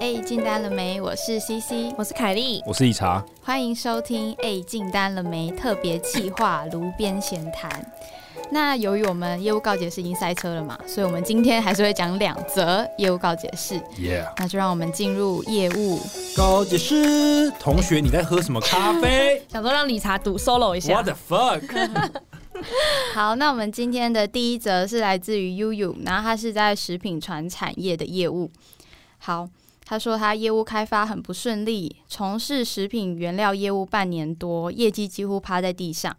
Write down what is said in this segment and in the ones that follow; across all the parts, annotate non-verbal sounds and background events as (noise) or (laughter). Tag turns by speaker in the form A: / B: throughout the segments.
A: 哎，进单了没？我是 CC，
B: 我是凯莉，
C: 我是一茶，
A: 欢迎收听《哎进单了没》特别企划《炉边闲谈》。那由于我们业务告解室已经塞车了嘛，所以我们今天还是会讲两则业务告解室。
C: 耶！
A: 那就让我们进入业务。
C: 高解师同学，你在喝什么咖啡
B: (laughs) 想说让理查读 solo 一下
C: ？What。the fuck？
A: 好，那我们今天的第一则是来自于悠悠，然后他是在食品传产业的业务。好，他说他业务开发很不顺利，从事食品原料业务半年多，业绩几乎趴在地上，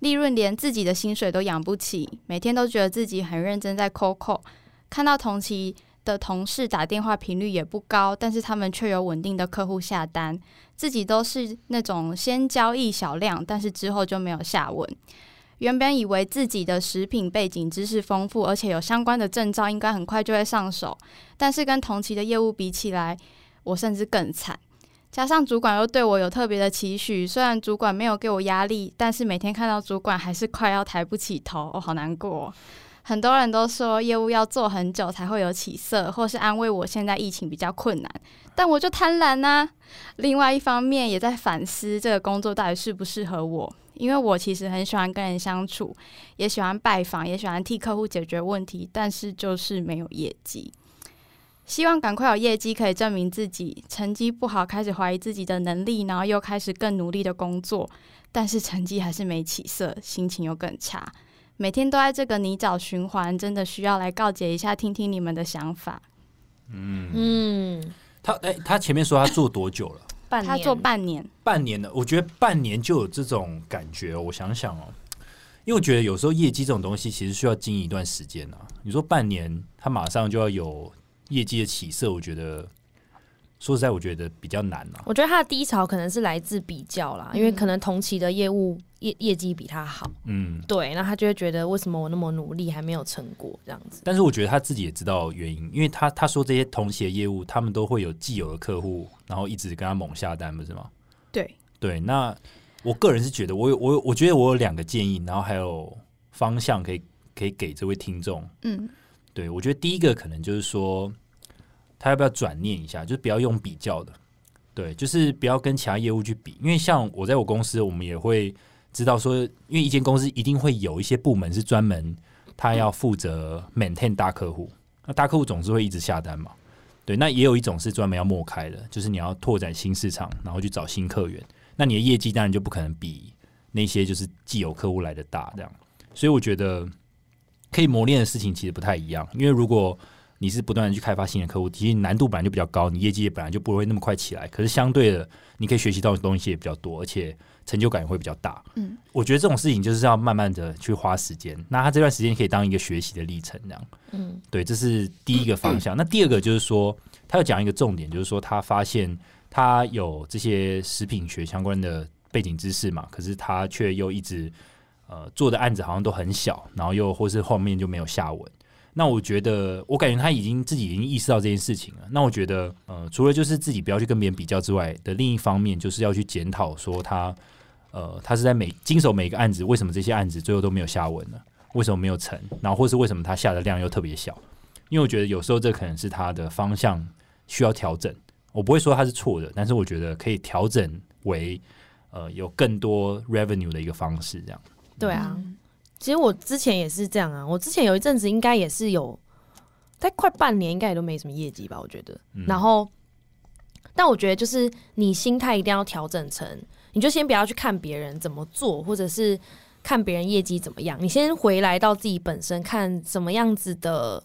A: 利润连自己的薪水都养不起，每天都觉得自己很认真在抠抠，看到同期。的同事打电话频率也不高，但是他们却有稳定的客户下单，自己都是那种先交易小量，但是之后就没有下文。原本以为自己的食品背景知识丰富，而且有相关的证照，应该很快就会上手。但是跟同期的业务比起来，我甚至更惨。加上主管又对我有特别的期许，虽然主管没有给我压力，但是每天看到主管还是快要抬不起头，我、好难过哦、很多人都说业务要做很久才会有起色，或是安慰我现在疫情比较困难，但我就贪婪呐、另外一方面也在反思这个工作到底适不适合我，因为我其实很喜欢跟人相处，也喜欢拜访，也喜欢替客户解决问题，但是就是没有业绩。希望赶快有业绩可以证明自己，成绩不好开始怀疑自己的能力，然后又开始更努力的工作，但是成绩还是没起色，心情又更差，每天都在这个泥沼循环，真的需要来告解一下，听听你们的想法。
B: 嗯，
C: 他哎、他前面说他做多久了？
B: 半
A: 他做半年，
C: 半年了，我觉得半年就有这种感觉、哦。我想想哦，因为我觉得有时候业绩这种东西其实需要经营一段时间啊。你说半年，他马上就要有业绩的起色，我觉得说实在，我觉得比较难啊。
B: 我觉得他的低潮可能是来自比较啦，因为可能同期的业务业业绩比他好，
C: 嗯，
B: 对，那他就会觉得为什么我那么努力还没有成果这样子。
C: 但是我觉得他自己也知道原因，因为他他说这些同期的业务，他们都会有既有的客户，然后一直跟他猛下单，不是吗？
A: 对，
C: 对，那我个人是觉得我有我有我觉得我有两个建议，然后还有方向可以可以给这位听众。
A: 嗯，
C: 对我觉得第一个可能就是说，他要不要转念一下，就是不要用比较的，对，就是不要跟其他业务去比，因为像我在我公司，我们也会知道说，因为一间公司一定会有一些部门是专门他要负责 maintain 大客户，那大客户总是会一直下单嘛。对，那也有一种是专门要默开的，就是你要拓展新市场，然后去找新客源。那你的业绩当然就不可能比那些就是既有客户来的大这样。所以我觉得可以磨练的事情其实不太一样，因为如果你是不断的去开发新的客户，其实难度本来就比较高，你业绩也本来就不会那么快起来。可是相对的，你可以学习到的东西也比较多，而且成就感也会比较大。
A: 嗯，
C: 我觉得这种事情就是要慢慢的去花时间。那他这段时间可以当一个学习的历程，这样。
B: 嗯，
C: 对，这是第一个方向。那第二个就是说，他要讲一个重点，就是说他发现他有这些食品学相关的背景知识嘛，可是他却又一直呃做的案子好像都很小，然后又或是后面就没有下文。那我觉得，我感觉他已经自己已经意识到这件事情了。那我觉得，呃，除了就是自己不要去跟别人比较之外的另一方面，就是要去检讨说他，呃，他是在每经手每一个案子，为什么这些案子最后都没有下文呢？为什么没有成？然后或是为什么他下的量又特别小？因为我觉得有时候这可能是他的方向需要调整。我不会说他是错的，但是我觉得可以调整为呃有更多 revenue 的一个方式，这样。
B: 对啊，其实我之前也是这样啊，我之前有一阵子应该也是有，大概快半年应该也都没什么业绩吧，我觉得。然后，但我觉得就是你心态一定要调整成，你就先不要去看别人怎么做，或者是看别人业绩怎么样，你先回来到自己本身，看什么样子的。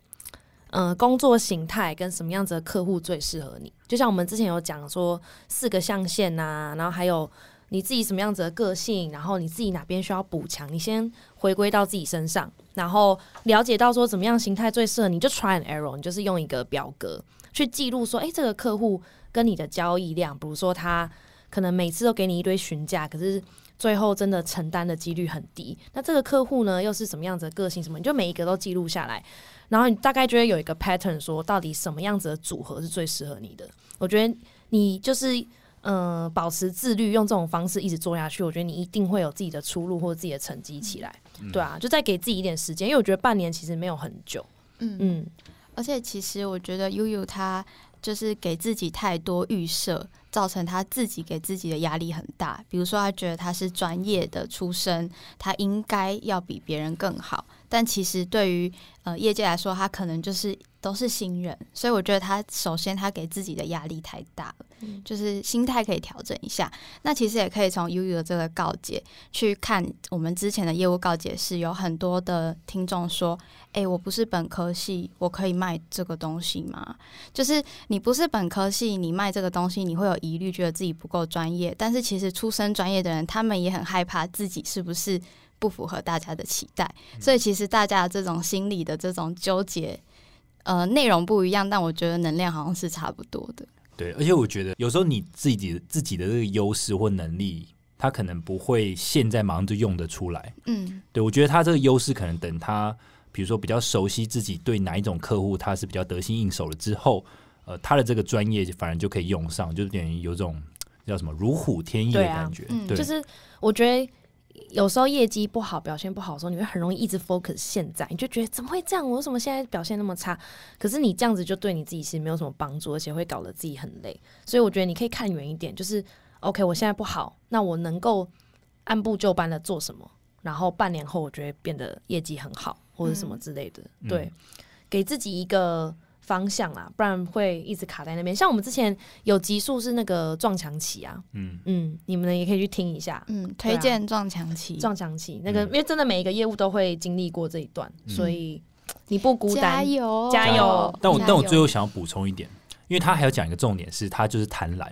B: 嗯、工作形态跟什么样子的客户最适合你？就像我们之前有讲说四个象限呐、然后还有你自己什么样子的个性，然后你自己哪边需要补强，你先回归到自己身上，然后了解到说怎么样形态最适合你，就 try and error，你就是用一个表格去记录说，哎、这个客户跟你的交易量，比如说他可能每次都给你一堆询价，可是最后真的承担的几率很低。那这个客户呢，又是什么样子的个性？什么？你就每一个都记录下来，然后你大概就会有一个 pattern，说到底什么样子的组合是最适合你的。我觉得你就是嗯、呃保持自律，用这种方式一直做下去，我觉得你一定会有自己的出路或者自己的成绩起来。对啊，就再给自己一点时间，因为我觉得半年其实没有很久。
A: 嗯
B: 嗯
A: 而且其实我觉得悠悠他就是给自己太多预设，造成他自己给自己的压力很大。比如说，他觉得他是专业的出身，他应该要比别人更好，但其实对于呃业界来说，他可能就是都是新人，所以我觉得他首先他给自己的压力太大了，
B: 嗯
A: 就是心态可以调整一下。那其实也可以从悠悠的这个告解去看我们之前的业务告解是有很多的听众说，诶，我不是本科系，我可以卖这个东西吗？就是你不是本科系，你卖这个东西，你会有疑虑，觉得自己不够专业。但是其实出身专业的人，他们也很害怕自己是不是不符合大家的期待。
C: 嗯
A: 所以其实大家这种心理的这种纠结，呃，内容不一样，但我觉得能量好像是差不多的。
C: 对，而且我觉得有时候你自己的自己的这个优势或能力，他可能不会现在马上就用得出来。
A: 嗯
C: 对我觉得他这个优势可能等他，比如说比较熟悉自己对哪一种客户他是比较得心应手了之后，呃，他的这个专业反而就可以用上，就等于有种叫什么如虎添翼的
B: 对啊
C: 感觉。
A: 嗯
C: 对，
B: 就是我觉得有时候业绩不好、表现不好的时候，你会很容易一直 focus 现在，你就觉得怎么会这样？我为什么现在表现那么差？可是你这样子就对你自己是没有什么帮助，而且会搞得自己很累。所以我觉得你可以看远一点，就是 OK，我现在不好，那我能够按部就班的做什么？然后半年后，我就会变得业绩很好，或者什么之类的。
C: 嗯
B: 对，给自己一个方向啦，不然会一直卡在那边。像我们之前有集数是那个撞墙期啊，
C: 嗯，
B: 嗯，你们呢也可以去听一下。
A: 嗯，推荐撞墙期，
B: 撞墙期那个，因
C: 嗯
B: 为真的每一个业务都会经历过这一段，
C: 嗯
B: 所以你不孤
A: 加
B: 单。
A: 油
B: 加油
C: 但我
A: 哦加油
C: 但我最后想要补充一点，因为他还要讲一个重点是，他就是贪婪。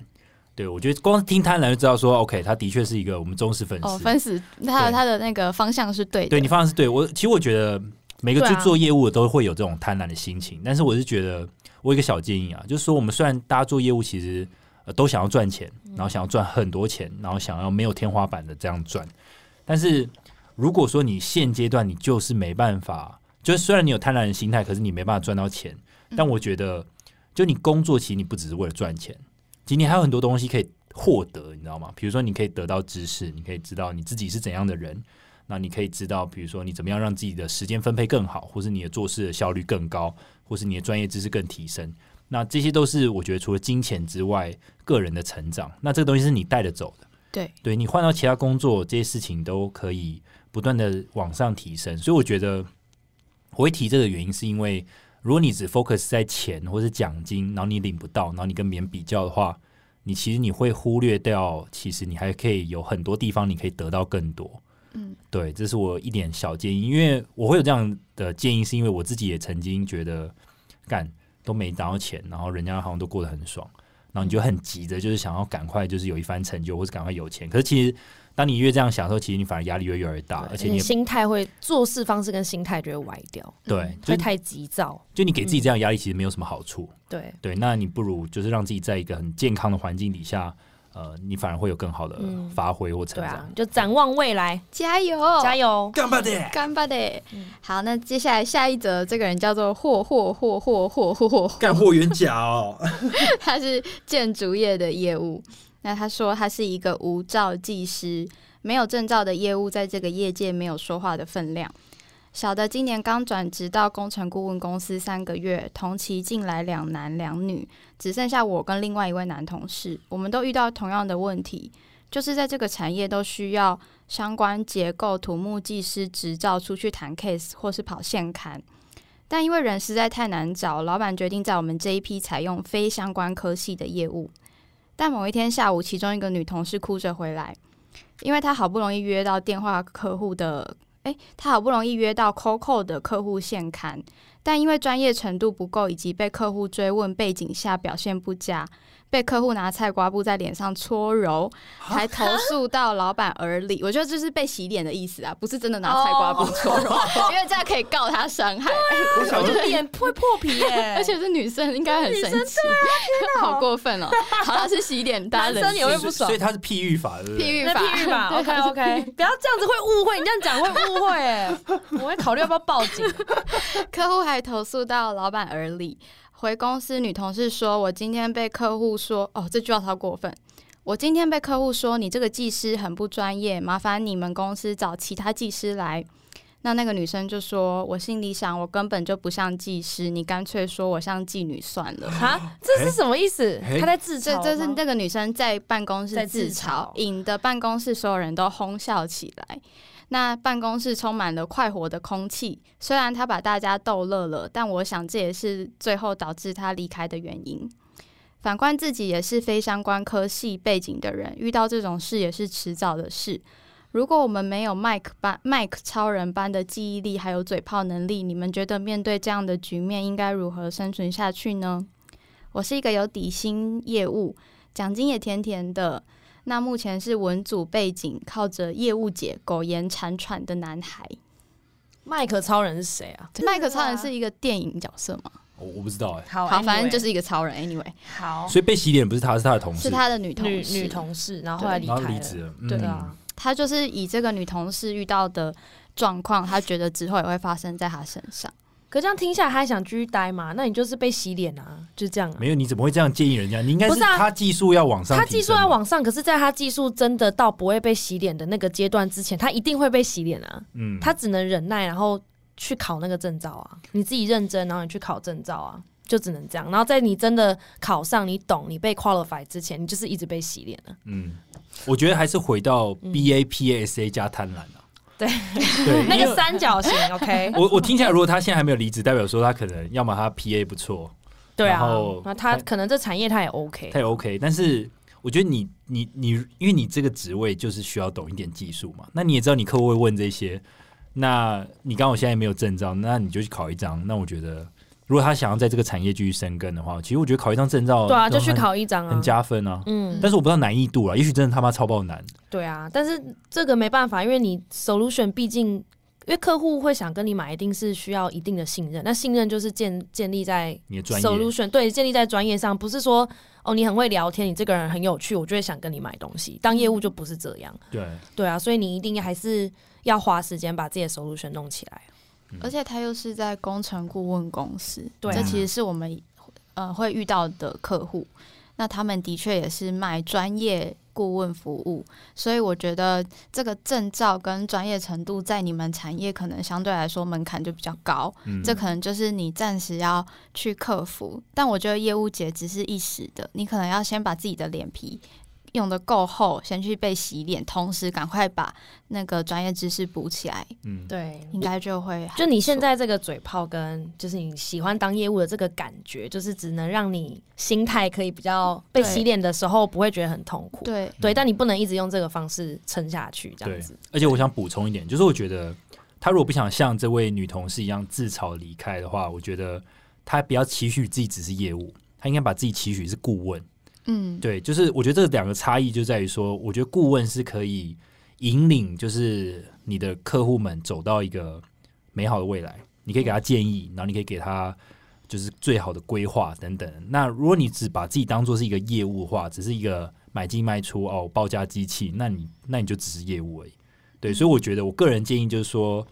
C: 对我觉得光听贪婪就知道说，OK，他的确是一个我们忠实粉丝。
A: 哦，分死他的
C: 对
A: 他的那个方向是对的，
C: 对你方向是对我，其实我觉得每个
B: 对
C: 去
B: 啊
C: 做业务的都会有这种贪婪的心情，但是我是觉得我有一个小建议啊，就是说我们虽然大家做业务其实呃都想要赚钱，然后想要赚很多钱，然后想要没有天花板的这样赚，但是如果说你现阶段你就是没办法，就是虽然你有贪婪的心态，可是你没办法赚到钱，但我觉得就你工作其实你不只是为了赚钱，其实你还有很多东西可以。获得，你知道吗？比如说，你可以得到知识，你可以知道你自己是怎样的人，那你可以知道，比如说你怎么样让自己的时间分配更好，或是你的做事的效率更高，或是你的专业知识更提升。那这些都是我觉得除了金钱之外，个人的成长。那这个东西是你带得走的，
A: 对
C: 对你换到其他工作，这些事情都可以不断的往上提升。所以我觉得我会提这个原因，是因为如果你只 focus 在钱或是奖金，然后你领不到，然后你跟别人比较的话，你其实你会忽略掉，其实你还可以有很多地方你可以得到更多。对，这是我一点小建议，因为我会有这样的建议，是因为我自己也曾经觉得，干都没拿到钱，然后人家好像都过得很爽，然后你就很急着，就是想要赶快就是有一番成就，或是赶快有钱。可是其实，当你越这样想的时候，其实你反而压力越越来越大，而且你
B: 你
C: 也
B: 心态会做事方式跟心态就会歪掉，
C: 对，就
B: 会太急躁。
C: 就你给自
B: 嗯
C: 己这样压力，其实没有什么好处。
B: 对，
C: 对，那你不如就是让自己在一个很健康的环境底下，呃，你反而会有更好的
B: 嗯
C: 发挥或成
B: 对
C: 长。
B: 啊，就展望未来，
A: 加油
B: 加油！
C: 干巴的，
A: 干巴的。嗯好，那接下来下一则，这个人叫做霍霍霍霍霍霍霍，
C: 干货圆
B: (laughs)
C: 哦角。
A: 他是建筑业的业务。那他说他是一个无照技师，没有证照的业务，在这个业界没有说话的分量。小的今年刚转职到工程顾问公司三个月，同期进来两男两女，只剩下我跟另外一位男同事，我们都遇到同样的问题，就是在这个产业都需要相关结构土木技师执照出去谈 case 或是跑现刊。但因为人实在太难找，老板决定在我们这一批采用非相关科系的业务。但某一天下午，其中一个女同事哭着回来，因为她好不容易约到电话客户的，诶，她好不容易约到 COCO 的客户现刊，但因为专业程度不够以及被客户追问背景下表现不佳，被客户拿菜瓜布在脸上搓揉，还投诉到老板耳里。我觉得这是被洗脸的意思啊，不是真的拿菜瓜布搓揉，因为这样可以告他伤害。
C: 我想说，
B: 脸会破皮耶、 (laughs)
A: 而且是女生，应该很生啊气，好过分 (laughs) 哦！好像是洗脸，大家
B: 男生也会
A: 冷
B: 不爽
C: 所以他是譬喻法，对不对？
A: 僻喻
B: 那
A: 法，
B: 譬喻吧
A: 对
B: (laughs) ，OK OK，不要这样子会误会，你这样讲会误会耶、 (laughs) 我会考虑要不要报 (laughs) 警。
A: 客户还投诉到老板耳里。回公司，女同事说：“我今天被客户说，哦，这句话超过分。我今天被哦客户说你这个技师很不专业，麻烦你们公司找其他技师来。”那那个女生就说：“我心里想，我根本就不像技师，你干脆说我像妓女算了。”
B: 啊，这是什么意思？
C: 哎
B: 他在自嘲
A: 这
B: 吗，
A: 这是那个女生在办公室
B: 在
A: 自
B: 自
A: 嘲
B: 嘲，
A: 引得办公室所有人都哄笑起来。那办公室充满了快活的空气，虽然她把大家逗乐了，但我想这也是最后导致她离开的原因。反观自己也是非相关科系背景的人，遇到这种事也是迟早的事。如果我们没有麦克班麦克超人般的记忆力，还有嘴炮能力，你们觉得面对这样的局面应该如何生存下去呢？我是一个有底薪业务，奖金也甜甜的。那目前是文组背景，靠着业务姐苟延残喘的男孩。
B: 麦克超人是谁啊？哦
A: 麦克超人是一个电影角色嘛？
C: 我我不知道哎、
B: 好
A: 好，反正就是是一个超人。Anyway，
B: 好
C: 所以被洗脸不是嗯他，是他的同事，
A: 是他的女同
B: 女
A: 事。
B: 女同事，然后后来离
C: 然后
B: 开
C: 离
B: 了
C: 职。了。
B: 对
C: 嗯
B: 啊，
A: 他就是以这个女同事遇到的状况，他觉得之后也会发生在他身上。
B: 可这样听下来，他还想继续待嘛？那你就是被洗脸啊，就这样啊。
C: 没有，你怎么会这样建议人家？你应该
B: 不
C: 是
B: 是啊
C: 他技术要往上
B: 他
C: 提升嘛，
B: 技术要往上，可是，在他技术真的到不会被洗脸的那个阶段之前，他一定会被洗脸啊。
C: 嗯，
B: 他只能忍耐，然后去考那个证照啊。你自己认真，然后你去考证照啊，就只能这样。然后在你真的考上，你懂，你被 qualify 之前，你就是一直被洗脸啊。
C: 嗯，我觉得还是回到 B A P A S A 加贪婪啊。
B: 嗯对
C: 对，
B: (laughs) 那
C: 因
B: 个
C: 为
B: 三角形，OK，
C: (laughs) 我我听起来，如果他现在还没有离职，代表说他可能要么他 P A 不错，
B: 对啊
C: 然后，
B: 那他
C: 他
B: 可能这产业他也 OK，
C: 他也 OK，但是我觉得你你你，因为你这个职位就是需要懂一点技术嘛，那你也知道你客户会问这些，那你刚好现在没有证照，那你就去考一张。那我觉得，如果他想要在这个产业继续深耕的话，其实我觉得考一张证照，
B: 对啊，就去
C: 很
B: 考一张啊
C: 很，加分啊。
B: 嗯，
C: 但是我不知道难易度啊，也许真的他妈超爆难。
B: 对啊，但是这个没办法，因为你 solution 毕竟，因为客户会想跟你买，一定是需要一定的信任。那信任就是建建立在
C: 你的专业
B: solution 对，建立在专业上，不是说哦你很会聊天，你这个人很有趣，我就会想跟你买东西。当业务就不是这样，
C: 对，
B: 对啊，所以你一定还是要花时间把自己的 solution 弄起来。
A: 而且他又是在工程顾问公司，
B: 对啊
A: 这其实是我们呃会遇到的客户。那他们的确也是卖专业顾问服务，所以我觉得这个证照跟专业程度在你们产业可能相对来说门槛就比较高，
C: 嗯，
A: 这可能就是你暂时要去克服。但我觉得业务节只是一时的，你可能要先把自己的脸皮。用的够厚，先去被洗脸，同时赶快把那个专业知识补起来，
C: 嗯，
B: 对
A: 应该就会
B: 就你现
A: 在。
B: 在这个嘴炮跟就是你喜欢当业务的这个感觉，就是只能让你心态可以比较被
A: 对
B: 洗脸的时候不会觉得很痛苦。
A: 对，
B: 对，但你不能一直用这个方式撑下去，这样
C: 对
B: 子。。
C: 而且我想补充一点，就是我觉得他如果不想像这位女同事一样自嘲离开的话，我觉得他不要期许自己只是业务，他应该把自己期许是顾问。
A: 嗯，
C: 对，就是我觉得这两个差异就在于说，我觉得顾问是可以引领，就是你的客户们走到一个美好的未来。你可以给他建议，然后你可以给他就是最好的规划等等。那如果你只把自己当做是一个业务的话，只是一个买进卖出哦报价机器，那你那你就只是业务而已。对，所以我觉得我个人建议就是说，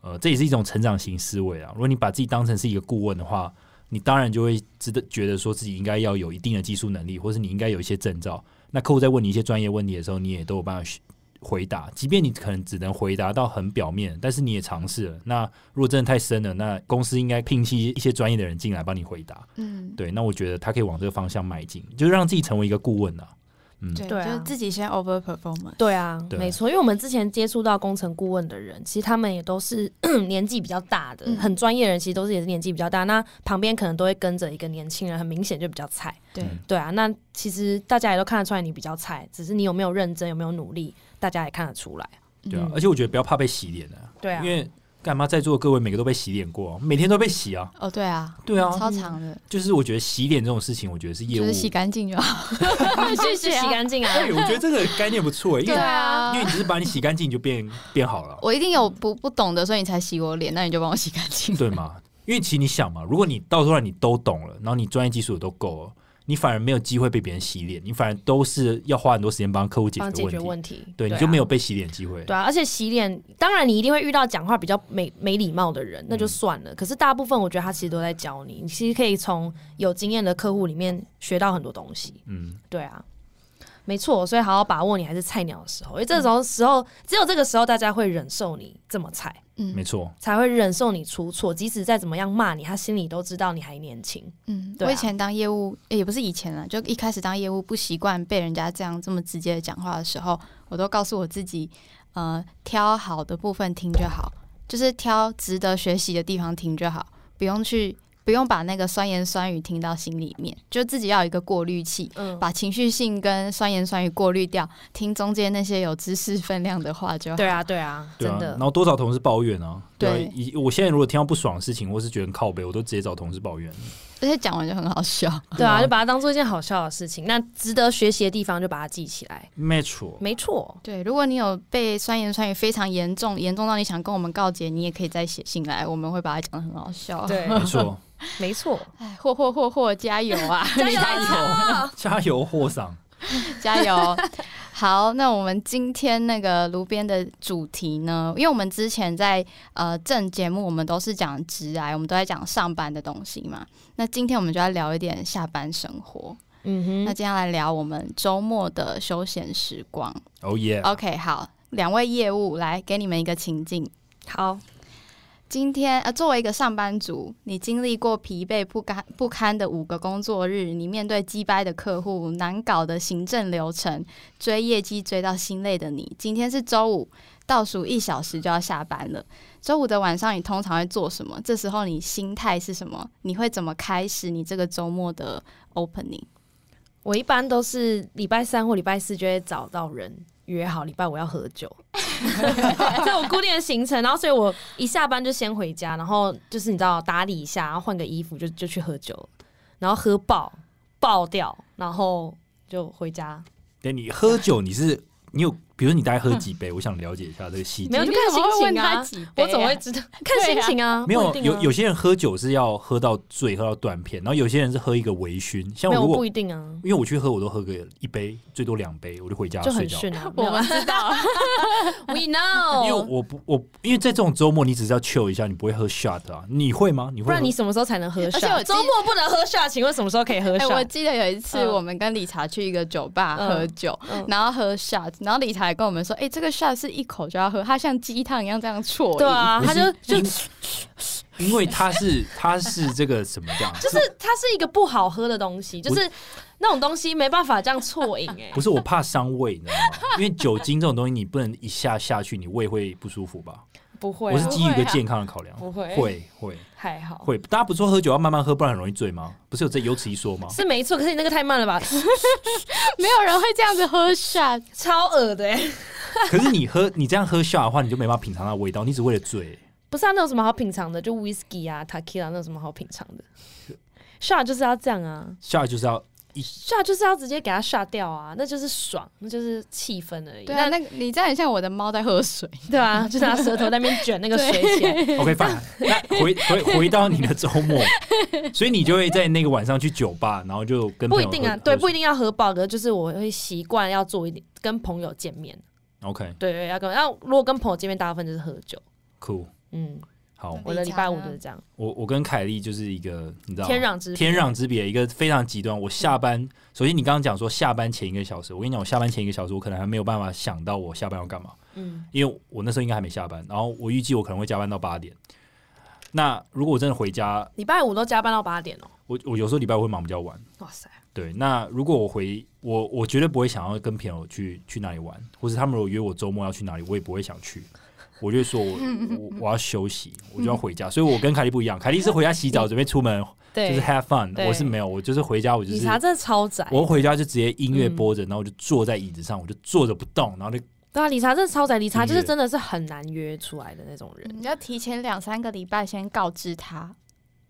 C: 呃，这也是一种成长型思维啊。如果你把自己当成是一个顾问的话，你当然就会知得觉得说自己应该要有一定的技术能力，或是你应该有一些证照。那客户在问你一些专业问题的时候，你也都有办法去回答，即便你可能只能回答到很表面，但是你也尝试了。那如果真的太深了，那公司应该聘请一些专业的人进来帮你回答。
A: 嗯，
C: 对，那我觉得他可以往这个方向迈进，就是让自己成为一个顾问啊。嗯，
A: 对，
B: 对啊
A: 就是自己先 over performance。
B: 对啊，
C: 对
B: 没错，因为我们之前接触到工程顾问的人，其实他们也都是 (clears throat) 年纪比较大的，
A: 嗯
B: 很专业的人，其实都是也是年纪比较大。那旁边可能都会跟着一个年轻人，很明显就比较菜。
A: 对
C: 嗯
B: 对啊，那其实大家也都看得出来你比较菜，只是你有没有认真，有没有努力，大家也看得出来。
C: 对啊
A: 嗯。
C: 而且我觉得不要怕被洗脸啊，
B: 对啊
C: 因，为干嘛在座的各位每个都被洗脸过啊，每天都被洗啊。
A: 哦，对啊，
C: 对啊，
A: 超长的，
C: 就是我觉得洗脸这种事情，我觉得是业
A: 就
C: 务。
A: 是洗干净就好。
B: (laughs) 去
A: 谢啊
B: 洗干净啊。
C: 对，我觉得这个概念不错，欸因为
A: 啊
C: 哎因为你只是把你洗干净，你就变变好了，
A: 我一定有不不懂的，所以你才洗我脸，那你就帮我洗干净。
C: 对吗？因为其实你想嘛，如果你到时候让你都懂了，然后你专业技术也都够了，你反而没有机会被别人洗脸，你反而都是要花很多时间帮客户解
B: 帮
C: 决
B: 解
C: 问
B: 决
C: 题，
B: 问题，
C: 对，你
B: 啊
C: 就没有被洗脸机会。
B: 对啊，而且洗脸，当然你一定会遇到讲话比较没没礼貌的人，那就算了。可是大部分我觉得他其实都在教你，你其实可以从有经验的客户里面学到很多东西。
C: 嗯，
B: 对啊，没错，所以好好把握你还是菜鸟的时候，因为这时候时候只有这个时候大家会忍受你这么菜。
A: 嗯，
C: 没错，
B: 才会忍受你出错，即使再怎么样骂你，他心里都知道你还年轻。
A: 嗯，
B: 对
A: 我
B: 啊
A: 以前当业务、诶也不是以前了，就一开始当业务不习惯被人家这样这么直接的讲话的时候，我都告诉我自己，呃，挑好的部分听就好，就是挑值得学习的地方听就好，不用去不用把那个酸言酸语听到心里面，就自己要有一个过滤器，
B: 嗯，
A: 把情绪性跟酸言酸语过滤掉，听中间那些有知识分量的话就好。
B: 对啊，对啊，
C: 对啊
B: 真。的
C: 然。后多少同事抱怨啊，对啊
A: 对
C: 以我现在如果听到不爽的事情，或是觉得很靠背，我都直接找同事抱怨。
A: 而且讲完就很好笑。
B: 对
C: 对啊
B: 啊，就把它当做一件好笑的事情。那值得学习的地方就把它记起来，
C: 没错，
B: 没错。
A: (laughs) 对，如果你有被酸言酸语非常严重，严重到你想跟我们告解，你也可以再写信来，我们会把它讲的很好笑。，
B: 对，
C: 没
B: (laughs)
C: 错，
B: 没错，
A: (laughs) 哎，嚯嚯嚯嚯， (laughs) 加油啊！
B: 加油！啊
C: 加油，霍桑。
A: 加油！好，那我们今天那个炉边的主题呢？因为我们之前在呃正节目，我们都是讲直癌，我们都在讲上班的东西嘛。那今天我们就要聊一点下班生活。
B: 嗯
A: 那
B: 哼，
A: 接下来聊我们周末的休闲时光。
C: 哦耶！
A: OK，好，两位业务来给你们一个情境。
B: 好，
A: 今天呃，作为一个上班族，你呃经历过疲惫不堪不堪的五个工作日，你面对鸡掰的客户、难搞的行政流程、追业绩追到心累的你，今天是周五，倒数一小时就要下班了。周五的晚上，你通常会做什么？这时候你心态是什么？你会怎么开始你这个周末的 opening？
B: 我一般都是礼拜三或礼拜四就会找到人约好，礼拜五要喝
A: (laughs)
B: 酒，这是我固定的行程。然后，所以我一下班就先回家，然后就是你知道打理一下，然后换个衣服就就去喝酒，然后喝爆爆掉，然后就回家。
C: 对，你喝酒，你是你有，比如你大概喝几杯？我想了解一下这个细节。
B: 没有就看
A: 你怎
B: 心情啊
A: 么会问他几杯啊
B: 我总
A: (laughs)
B: 会知道看心情啊，
C: 没有
B: 不，一定啊
C: 有有些人喝酒是要喝到醉，喝到断片，然后有些人是喝一个微醺。像
B: 没有
C: 我如
B: 我
C: 果
B: 不一定啊，
C: 因为我去喝，我都喝个一杯，最多两杯，我就回家
B: 就
C: 睡
B: 很
C: 觉。
B: 顺啊。没有
A: 我 (laughs)
B: 啊
A: 们知道，
B: We
C: 因为
B: know，
C: 我不我，因为在这种周末，你只是要 chill 一下，你不会喝 shot 啊？你会吗？你会喝？
B: 不然你什么时候才能喝
A: 而且我
B: 下？
A: 记
B: 周末不能喝下，请问什么时候可以喝
A: 哎、
B: 下？
A: 我记得有一次
B: 嗯
A: 我们跟理查去一个酒吧
B: 嗯
A: 喝酒，
B: 嗯
A: 然后喝 shot，然后理查还跟我们说，哎、这个 shot 是一口就要喝，它像鸡汤一样这样啜饮。
B: 对啊，
C: 不
B: 他
C: 是
B: 就就
C: 因
B: (laughs)
C: 因为它是它是这个怎么讲？
B: 就是它是一个不好喝的东西，就是那种东西没办法这样错饮哎
C: 不。是我怕伤胃，你知道吗？因为酒精这种东西，你不能一下下去，你胃会不舒服吧？
B: 不会啊
C: 我是基于一个健康的考量，
B: 不会
C: 会会
B: 还好，
C: 会。大家不是说喝酒要慢慢喝，不然很容易醉吗？不是有这有此一说吗？
B: (laughs) 是没错，可是你那个太慢了 (laughs) 吧，
A: (laughs) 没有人会这样子喝 shot。
B: 超恶的哎。
C: 可是你喝你这样喝下的话，你就没办法品尝它的味道，你只为了醉。
B: 不是啊，那有什么好品尝的？就 whisky 啊，tequila 那有什么好品尝的？shot 就是要这样啊
C: 下就是要
B: (laughs) ，shot 就是要直接给它 shot 掉啊，那就是爽，那就是气氛而已。
A: 对啊，那个你这样很像我的猫在喝水。
B: 那对啊，就拿舌头在那边卷那个水起来，
C: (laughs) OK fine。那回回回到你的周
B: (laughs)
C: 末，所以你就会在那个晚上去酒吧，然后就跟
B: 不
C: 朋
B: 一
C: 友
B: 定啊，
C: 喝
B: 对，
C: 喝
B: 不一定要喝爆，可是就是我会习惯要做一点跟朋友见面，
C: OK
B: 对对，要跟要如果跟朋友见面，大部分就是喝酒，
C: cool。
B: 嗯，
C: 好，
B: 我的礼拜五就是这样，
C: 我我跟凯莉就是一个你知道吗
B: 天壤之别
C: 啊天壤之别，一个非常极端。我下班，首先你刚刚讲说下班前一个小时，我跟你讲，我下班前一个小时，我可能还没有办法想到我下班要干嘛，
B: 嗯，
C: 因为我那时候应该还没下班，然后我预计我可能会加班到八点。那如果我真的回家，
B: 礼拜五都加班到八点哦、
C: 我我有时候礼拜五会忙比较晚，
B: 哇塞，
C: 对。那如果我回我我绝对不会想要跟朋友去去哪里玩，或是他们如果约我周末要去哪里，我也不会想去。我就会说我
B: (laughs)
C: 我我要休息，我就要回家。所以我跟凯莉不一样，凯莉是回家洗澡准备出门，
B: 嗯对，
C: 就是 have fun。
B: 对
C: 我是没有，我就是回家，我就
B: 理
C: 是
B: 查真的超宅，
C: 我回家就直接音
B: 嗯
C: 乐播着，然后我就坐在椅子上，我就坐着不动，然后就 (laughs)
B: 对啊，理查真的超宅，理查就
C: 音
B: 是
C: 乐
B: 真的是很难约出来的那种人，
A: 你要提前两三个礼拜先告知他。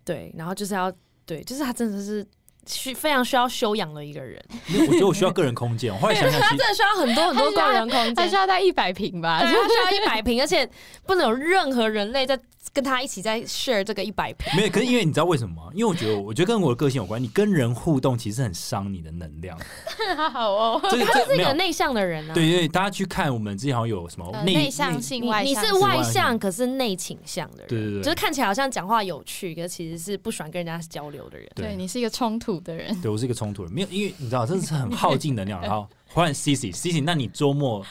B: 对，然后就是要对，就是他真的是需非常需要修养的一个人，
C: 因为我觉得我需要个人空间。我后来想想，其
B: 他
C: 实
B: 真的需要很多很多个人空
A: 他
B: 间
A: 需。要在一百平吧？
B: 对，他需要一百平，而且不能有任何人类在跟他一起在 share 这个一百平。
C: 没有，可是因为你知道为什么吗？因为我觉得，我觉得跟我的个性有关。你跟人互动其实很伤你的能量。
A: (laughs) 好哦。
C: 这个这个
B: 是一
C: 没
B: 个
C: 有。
B: 内向的人啊。
C: 对对，大家去看我们之前好像有什么
A: 呃
C: 内
A: 内向。性、
B: 你
A: 外
B: 你
A: 向
B: 是
A: 性
B: 外
C: 外
B: 向，
C: 向
B: 可是内倾向的人，
C: 对对对
B: 就是看起来好像讲话有趣，可是其实是不喜欢跟人家交流的人。
A: 对
C: 对
A: 你是一个冲突的人。
C: 对，我是一
A: (laughs)
C: 个冲突人，没有，因为你知道，这是很耗尽能量。然后换 C C C C，那你周末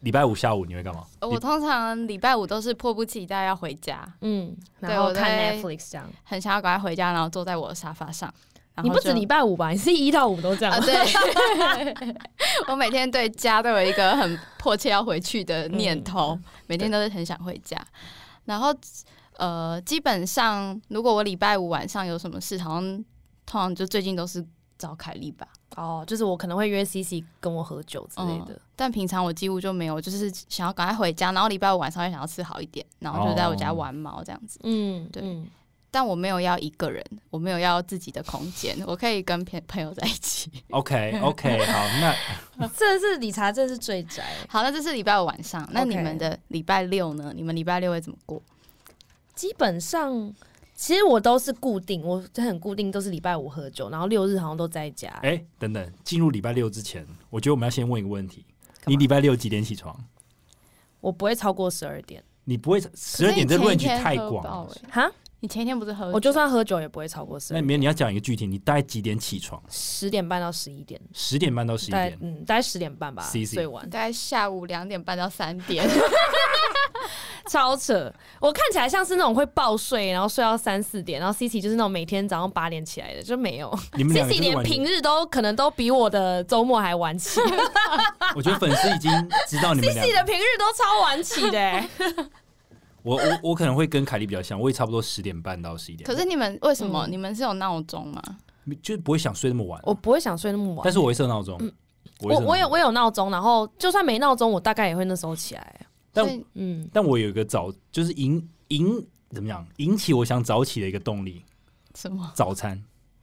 C: 礼拜五下午你会干嘛？
A: 呃我通常礼拜五都是迫不及待要回家，
B: 嗯，
A: 对
B: 然后
A: 我
B: 看
A: 在
B: Netflix 这样。
A: 很想要赶快回家，然后坐在我的沙发上。然后
B: 你不止
A: 就
B: 礼拜五吧？你是一到五都这样
A: 啊，
B: 吗？
A: 对，我每天对家都有一个很迫切要回去的念
B: 嗯
A: 头，每天都是很想回家。然后呃，基本上如果我礼拜五晚上有什么事，好像通常就最近都是找凯莉吧。
B: (laughs) 哦，就是我可能会约 CC 跟我喝酒之类的。
A: 但平常我几乎就没有，就是想要赶快回家，然后礼拜五晚上也想要吃好一点，然后就在我家玩猫这样子。
B: 嗯，
A: 对
B: 嗯
A: 但我没有要一个人，我没有要自己的空间，我可以跟朋朋友在一起。 (laughs)
C: OK OK，好，那
B: 这是理查，这是最宅。
A: 好，那这是礼拜五晚上，那你们的礼拜六呢？你们礼拜六会怎么过？
B: 基本上，其实我都是固定，我很固定，都是礼拜五喝酒，然后六日好像都在家。
C: 哎、等等，进入礼拜六之前，我觉得我们要先问一个问题：
A: 干嘛
C: 你礼拜六几点起床？
B: 我不会超过十二点
C: 你不会十二点这
A: 可是
C: range
A: 你前一天
C: 太
A: 喝
C: 广
A: 爆
C: 了，
A: 欸
B: 哈，
A: 你前一天不是喝酒？
B: 我就算喝酒也不会超过十
C: 那
B: 二
C: 里，面你要讲一个具体，你大概几点起床？
B: 十点半到十一点，
C: 十点半到十一
B: 大概
C: 点。
B: 嗯，大概十点半吧
C: CC
B: 最晚。
A: 大概下午两点半到三
B: (laughs)
A: 点，
B: 超扯！我看起来像是那种会爆睡，然后睡到三四点，然后 Cici 就是那种每天早上八点起来的，就没有。
C: 你们两个
B: Cici
C: 就是
B: 连
C: 完全
B: 平，日都可能都比我的周末还晚
C: (laughs)
B: 起，Cici
C: 我觉得粉丝已经知道你们两
B: 的
C: 个。
B: 平日都超晚起的、欸。
C: 我我我可能会跟凯莉比较像，我也差不多十点半到十一点，
A: 可是你们为什
B: 嗯
A: 么？你们是有闹钟吗？
C: 就不会想睡那么晚。
B: (laughs) 我不会想睡那么
C: 但
B: 晚，
C: 是我会设闹钟，我会
B: 我
C: 设
B: 我
C: 闹
B: 有
C: 钟
B: 我有闹钟，然后就算没闹钟，我大概也会那时候起来、
C: 但
A: 所以
B: 嗯，
C: 但我有一个早，就是引引怎么讲，引起我想早起的一个动力，
A: 什么？ (laughs)
C: 早餐。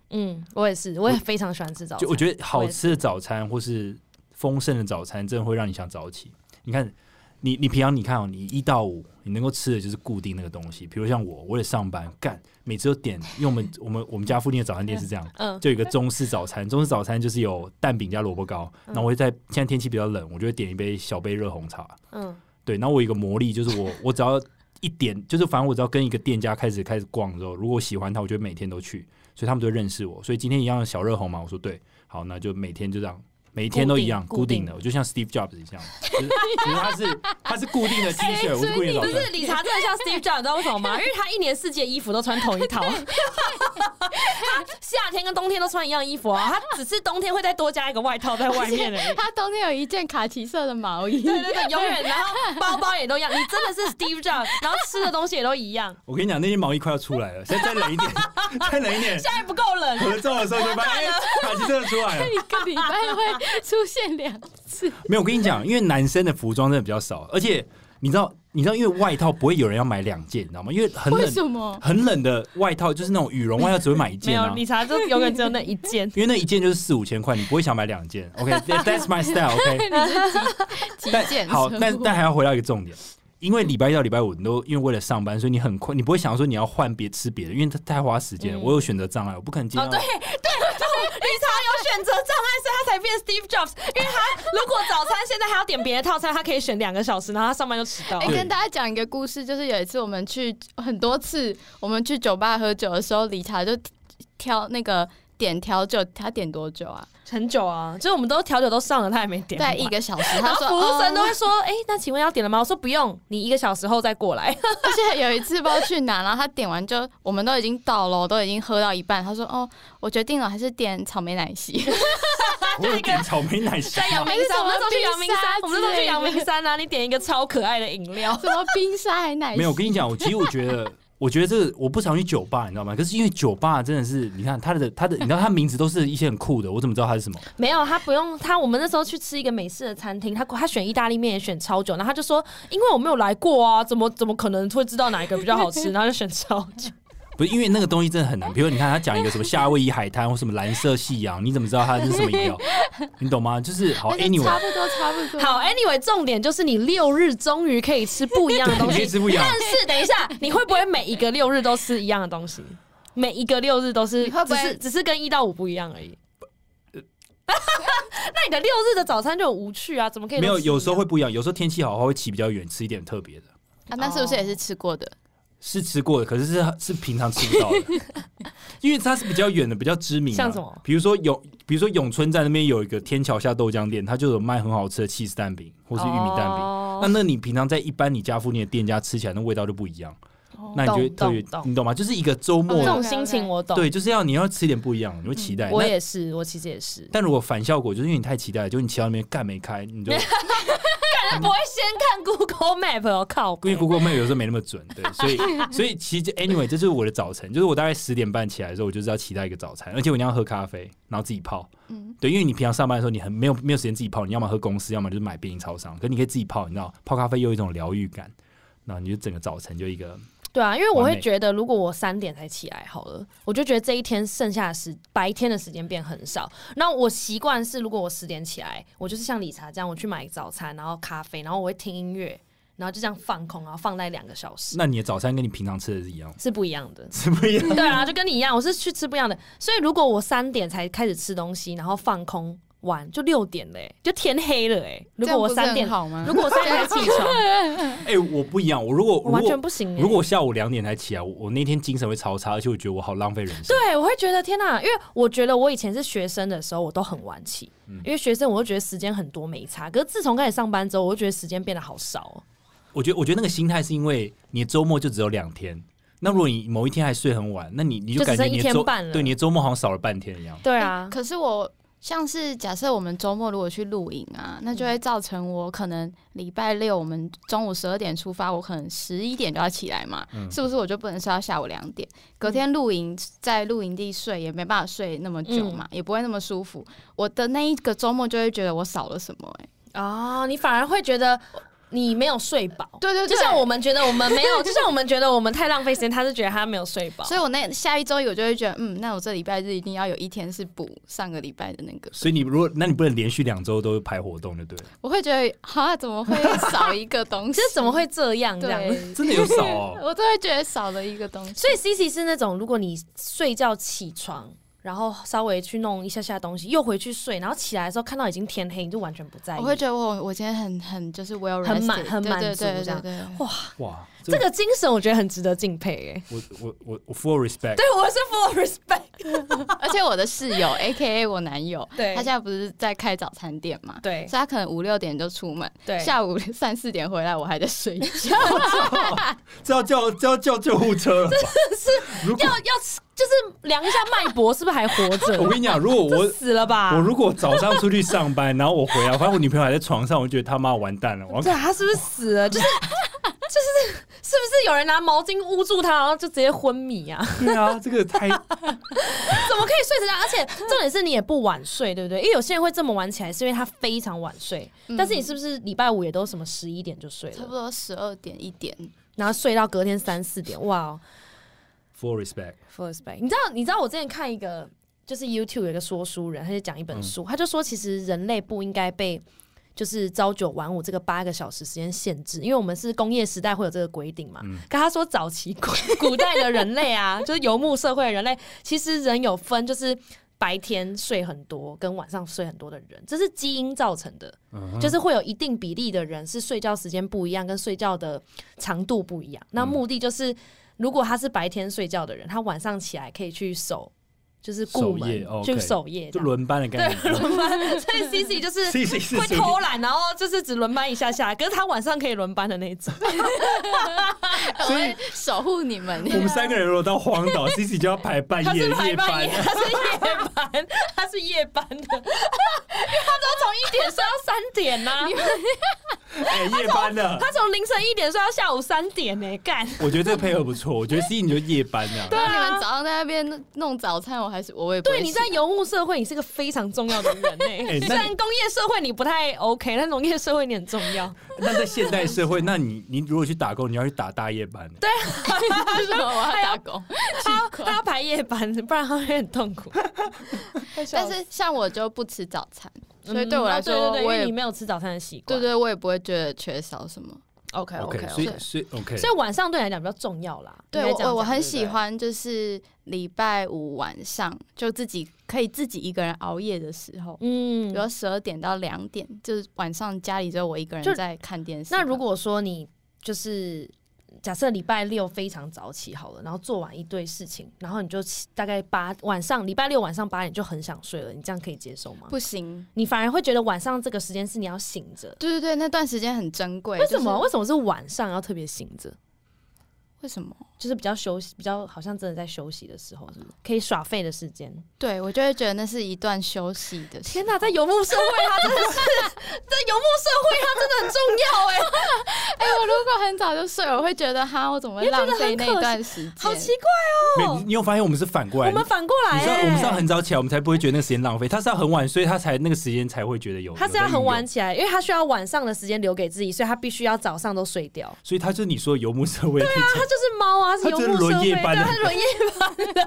B: 嗯，我也是，我也非常喜欢吃早餐。
C: 就我觉得好
B: 我也
C: 吃的早餐或是丰盛的早餐，真的会让你想早起。你看，你你平常你看哦，你一到五你能够吃的就是固定那个东西，比如像我，我也上班干，每次都点，因为我们我们我们家附近的早餐店是这样，
B: (laughs) 嗯
C: 就有一个中式早餐，中式早餐就是有蛋饼加萝卜糕，然后我会在现在天气比较冷，我就会点一杯小杯热红茶，
B: 嗯
C: 对，然后我有一个魔力，就是我我只要一点，就是反正我只要跟一个店家开始开始逛之后，如果我喜欢他，我就会每天都去，所以他们就会认识我。所以今天一样的小热红嘛，我说对，好，那就每天就这样，每一天都一样，
B: 固定
C: 固定的，
B: 固定
C: 我就像 Steve Jobs 一样，就是其实他是他是固定的
B: 哎
C: T 恤，我是固定的
B: 不
C: 早餐
B: 是。理查真的像 Steve Jobs，你知道为什么
C: (laughs)
B: 吗？因为他一年四季的衣服都穿同一套，他夏天跟冬天都穿一样衣服啊，他只是冬天会再多加一个外套在外面
C: (laughs)
B: 而已。
A: 他冬天有一件卡其色的毛衣，
B: 对对对，永远，然后包包也都一样，你真的是 Steve Jobs，然后吃的东西也都一
C: (laughs)
B: 样，
C: 我跟你讲，那件毛衣快要出来了，再再冷一点，再冷一点，
B: 现在不够冷，
C: 合照的时候就发现，哎，卡其真的出来了。
A: (laughs) 一个礼拜会出现两次。
C: 没有，我跟你讲，因为男生的服装真的比较少，而且你知道，你知道，因为外套不会有人要买两件，你知道吗？因为很
A: 为
C: 冷，
A: 什么？
C: 很冷的外套，就是那种羽绒外套，只会买一
B: 没
C: 件
B: 有
C: 啊。
B: 理查就永远只有那一
C: (laughs)
B: 件。
C: 因为那一件就是四五千块，你不会想买两
B: (laughs)
C: 件。OK，that's、my style。OK，
A: 极
C: 但
A: 简
C: 好，
A: 生
B: (laughs)
C: 但
A: 活
C: 但还要回到一个重点，因为礼拜一到礼拜五你都因为为了上班，所以你很困，你不会想说你要换别吃别的，因为它太花时间了。
B: 嗯
C: 我有选择障碍，我不可能今
B: 哦，
C: 天
B: 对
C: 要、
B: 对，理查有选择障碍，所以他才变 Steve Jobs。因为他如果早餐现在还要点别的套餐，他可以选两个小时，然后他上班就迟到
A: 哎、
C: 对
A: 跟大家讲一个故事，就是有一次我们去很多次，我们去酒吧喝酒的时候，理查就挑那个点调酒，他点多久啊？
B: 很久啊。就是我们都调酒都上了，他还没点。
A: 大概一。个小时。
B: 然
A: 他
B: 后 (laughs)
A: 说
B: 服务啊生都
A: 哦
B: 会说：“哎、那请问要点了吗？”我说：“不用，你一个小时后再过来。
A: (laughs) 而且有一次不知道去哪，然后他点完就我们都已经到了，都已经喝到一半，他说哦，我决定了，还是点草莓奶
C: (laughs)
A: 昔。
C: (laughs) 我有点草莓奶
B: (laughs)
C: 昔
B: 阳
A: 明
B: 明
A: 山
B: (laughs) 山，我们那时候去阳明山，啊
A: 我
B: 我
A: 们
B: 们
A: 那时候
B: 那时候
A: 去
B: 去
A: 阳
B: 阳
A: 明
B: 明山啊，你点一个超可爱的饮料。
A: 什么冰沙还奶昔？
C: 没有，我跟你讲，我其实我觉得，我觉得这个我不常去酒吧，你知道吗？可是因为酒吧真的是，你看它的它的，你知道它名字都是一些很酷的，我怎么知道它是什么？
B: (laughs) 没有，他不用他。我们那时候去吃一个美式的餐厅，他他选意大利面也选超久，然后他就说：“因为我没有来过啊，怎么怎么可能会知道哪一个比较好吃？”然后就选超久。
C: 不是因为那个东西真的很难，比如你看他讲一个什么夏威夷海滩或什么蓝色夕阳，你怎么知道它是什么饮
B: (laughs)
C: 料？你懂吗？就是好
A: 但是差
C: ，anyway，
A: 不多差不多。
B: (laughs) 好，anyway，重点就是你六日终于可以吃不一样的
C: 你
B: 东
C: 可 (laughs)
B: 西
C: 以。吃不一样
B: 但。是等一下，你会不会每一个六日都吃一样的东西？每一个六日都是，
A: 你会不会
B: 只是只是跟一到五不一样而已？
C: 呃
B: (laughs) 那你的六日的早餐就很无趣啊，怎么可以都
C: 没有，
B: 吃一样
C: 有时候会不一样，有时候天气好的话会骑比较远，吃一点特别的，
A: 啊，那是不是也是吃过的？
B: (laughs)
C: 是吃过的，可是是是平常吃不到的。因为它是比较远的，比较知名、啊。
B: 像什么？
C: 比如说永，比如说永春站那边有一个天桥下豆浆店，它就有卖很好吃的 cheese 蛋饼或是玉米蛋饼。那
B: 饼，
C: 那你平常在一般你家附近的店家吃起来，那味道就不一样。那你就会特别
B: 哦懂懂，懂
C: 你懂吗？就是一个周
B: 哦这
C: 末，
B: 种心情我懂。嗯
C: 对，就是要你要吃一点不一样，你会期待。
B: 我
C: 那
B: 也是，我其实也是。
C: 但如果反效果，就是因为你太期待了，就是你骑到那边干没开，
B: (laughs)
C: 你就因
B: (laughs) 不会先看 Google Map 哦，靠北！
C: 为 Google Map 有时候没那么准，对，所以所以其实 anyway 这就是我的早晨，就是我大概十点半起来的时候，我就是要期待一个早餐，而且我一定要喝咖啡，然后自己泡。
A: 嗯
C: 对，因为你平常上班的时候，你很没有没有时间自己泡，你要么喝公司，要么就是买便利超商，可你可以自己泡，你知道，泡咖啡有一种疗愈感，然后你就整个早晨就一个
B: 对啊，因为我
C: 完
B: 会
C: 美
B: 觉得，如果我三点才起来好了，我就觉得这一天剩下的时白天的时间变很少。那我习惯是，如果我十点起来，我就是像理查这样，我去买早餐，然后咖啡，然后我会听音乐，然后就这样放空，然后放在两个小时
C: 那你的早餐跟你平常吃的是一样吗，
B: 是不一样的。
C: (laughs) 是不一样。
B: 对啊，就跟你一样，我是去吃不一样的。所以如果我三点才开始吃东西，然后放空玩，就六点嘞、就天黑了哎、如果我
A: 这样
B: 三
A: 不是
B: 点
A: 很，好吗？
B: 如果我三点才起床，
C: 哎、我不一样， (laughs) 我如果
B: 我
C: 如
B: 完全
C: 果
B: 不行、欸。
C: 如果我下午两点才起来，我我那天精神会超差，而且我觉得我好浪费人生。
B: 对，我会觉得天哪，因为我觉得我以前是学生的时候，我都很晚起，因为学生我就觉得时间很多没差。可是自从开始上班之后，我就觉得时间变得好少哦。
C: 我觉得我觉得那个心态是因为你周末就只有两天，那如果你某一天还睡很晚，那你你
B: 就
C: 就
B: 只
C: 感觉
B: 剩一
C: 你的
B: 天
C: 周
B: 半了
C: 对你的周末好像少了半天一样。
B: 对啊
A: 欸，可是我像是假设我们周末如果去露营啊，那就
B: 嗯
A: 会造成我可能礼拜六我们中午十二点出发，我可能十一点就要起来嘛，
C: 嗯
A: 是不是我就不能睡到下午两点？隔
B: 嗯
A: 天露营在露营地睡也没办法睡那么久
B: 嗯
A: 嘛，也不会那么舒服。我的那一个周末就会觉得我少了什么、欸，哎，
B: 啊、你反而会觉得你没有睡饱。
A: 对对
B: 就像我。们觉得我们没有，就像我们觉得我们太浪费时间，他是觉得他没有睡饱。
A: 所以，我那下一周一我就会觉得，嗯，那我这礼拜日一定要有一天是补上个礼拜的那个，
C: 所以你如果那你不能连续两周都排活动，就对
B: (laughs)
C: 了，
A: 我会觉得，哈，怎么会少一个东西？
B: 这怎么会这样？这样。
A: 对？
C: 真的有少、哦。
A: (laughs) 我都会觉得少了一个东西。
B: (laughs) 所以 C C 是那种，如果你睡觉起床，然后稍微去弄一下下东西，又回去睡，然后起来的时候看到已经天黑，你就完全不在意。
A: 我会觉得我我今天很很就是 well
B: 很满
A: rested，
B: 很满
A: 对
B: 足
A: 对对
B: 这样
A: 对对。
C: 哇，
B: (laughs) 这个精神，我觉得很值得敬佩诶、
C: 我我我我 full
B: (laughs)
C: respect。
B: 对，我是 full respect。
A: (laughs) 而且我的室友 (laughs) A K A 我男友，
B: 对
A: 他现在不是在开早餐店嘛，
B: 对
A: 所以他可能五六点就出门，
B: 对
A: 下午 (laughs) 三四点回来，我还在睡觉。
C: 这要叫这要叫救
B: (laughs)
C: 护车了吧？如
B: (laughs)
C: 果
B: 要要就是量一下脉搏，是不是还活
C: (laughs) 我
B: 着？
C: 跟你讲，如果
B: (laughs)
C: 我
B: 死了吧
C: 我！如果早上出去上班，然后我回来，发现我女朋友还在床上，我就觉得他妈完蛋了，我要
B: 对啊，他是不是死了？就是 (laughs) 就是是不是有人拿毛巾捂住他，然后就直接昏迷啊？
C: 对啊，这个
B: (laughs)
C: 太
B: 怎么可以睡成这样？而且重点是你也不晚睡，对不对？因为有些人会这么晚起来，是因为他非常晚睡。但是你是不是礼拜五也都什么十一点就睡
A: (laughs) 嗯差不
B: 了，
A: 多十二点一 (laughs) 点，
B: 然后睡到隔天三四点？哇、哦
C: full respect。
B: f u r s t back。你知道，你知道我之前看一个，就是 YouTube 有一个说书人，他就讲一本书，他就说其实人类不应该被就是朝九晚五这个八个小时时间限制，因为我们是工业时代会有这个规定嘛。可他说早期古古代的人类啊， (laughs) 就是游牧社会的人类，其实人有分就是。白天睡很多跟晚上睡很多的人，这是基因造成的，
C: 嗯
B: 就是会有一定比例的人是睡觉时间不一样，跟睡觉的长度不一样。
C: 嗯
B: 那目的就是，如果他是白天睡觉的人，他晚上起来可以去守，就是顾
C: 守夜
B: 门、
C: ，OK
B: 去守夜这
C: 就
B: 样， (laughs)
C: 轮班的概
B: 对
C: 念。
B: 轮班。所以 C
C: (laughs)
B: C 就是
C: C C 是
B: 会
C: 属于
B: 偷懒，然后就是只轮班一下下，可是他晚上可以轮班的那一种。
A: 我会守护你们。 (laughs)
C: 我们三个人如果到荒
B: (laughs)
C: 岛，C C 就要排半
B: 他
C: 夜
B: 是排
C: 夜
B: 半
C: 班
B: 夜，。他是夜班，他是夜班的，因为 (laughs) 他都从一点睡到三点
C: (laughs)
B: 呐、
C: 哎、夜班的，
B: 他从凌晨一点睡到下午三点呢、干。
C: 我觉得这个配合不错。我觉得 C 你就夜班的、
A: 对
B: 啊
A: 你们早上在那边弄早餐，我还是我也不会
B: 对，你
A: 起
B: 在游牧社会，你是个非常重要的人 (laughs) 呢、
C: 哎那
B: 虽然工业社会你不太 OK，但农业社会你很重
A: (laughs)
B: 要。
C: 那在现代社会，那你你如果去打工，你要去打大夜班的。对，
A: 为什么我要打 (laughs) 工？
B: 他要他要排夜班，不然他会很痛
A: (laughs)
B: 苦。
A: 但是像我就不吃早餐，所以哦对我来说，
B: 嗯对对对
A: 我
B: 因为
A: 也
B: 你没有吃早餐的习
A: 对
B: 惯。
A: 对，我也不会觉得缺少什么。
B: OK OK，
C: 所以
A: OK
C: 所以 OK，
B: 所以晚上对你来讲比较重要啦。
A: 对
B: 应该这样
A: 我，我
B: 讲
A: 很
B: 对不对
A: 喜欢，就是礼拜五晚上就自己可以自己一个人熬夜的时候，比
B: 嗯，
A: 如十二点到两点，就是晚上家里只有我一个
B: 就
A: 人在看电视吧。
B: 那如果说你就是假设礼拜六非常早起好了，然后做完一堆事情，然后你就起大概八晚上礼拜六晚上八点就很想睡了，你这样可以接受吗？
A: 不行。
B: 你反而会觉得晚上这个时间是你要醒着。
A: 对对对，那段时间很珍贵。
B: 为什么？
A: 就是
B: 为什么是晚上要特别醒着？
A: 为什么？
B: 就是比较休息，比较好像真的在休息的时候，是不是可以耍废的时间？
A: 对我就会觉得那是一段休息的时
B: 天哪，在游牧社会，它真的 (laughs) 是在游牧社会，它真的很重要哎、
A: 哎、我如果很早就睡，我会觉得哈，我怎么会
B: 你会觉
A: 浪
B: 得
A: 费
B: 很
A: 那
B: 可惜
A: 段时间？
B: 好奇
C: 没
B: 怪
C: 有
B: 哦
C: 你、你有发现我们是反过来，
B: 我们反过来
C: 你知道
B: 哎、
C: 我们是要很早起来，我们才不会觉得那个时间浪费。他是要很晚，所以他才那个时间才会觉得有。
B: 他是
C: 有
B: 要
C: 在
B: 很
C: 运
B: 晚
C: 用，
B: 起来，因为他需要晚上的时间留给自己，所以他必须要早上都睡掉。
C: 所以他就是你说的游牧社会那
B: 他
C: 种。
B: 就是猫啊，是游牧社
C: 他真的轮
B: 会，
C: 夜
B: 对，
C: 班啊
B: 他是轮夜 (laughs) 班的。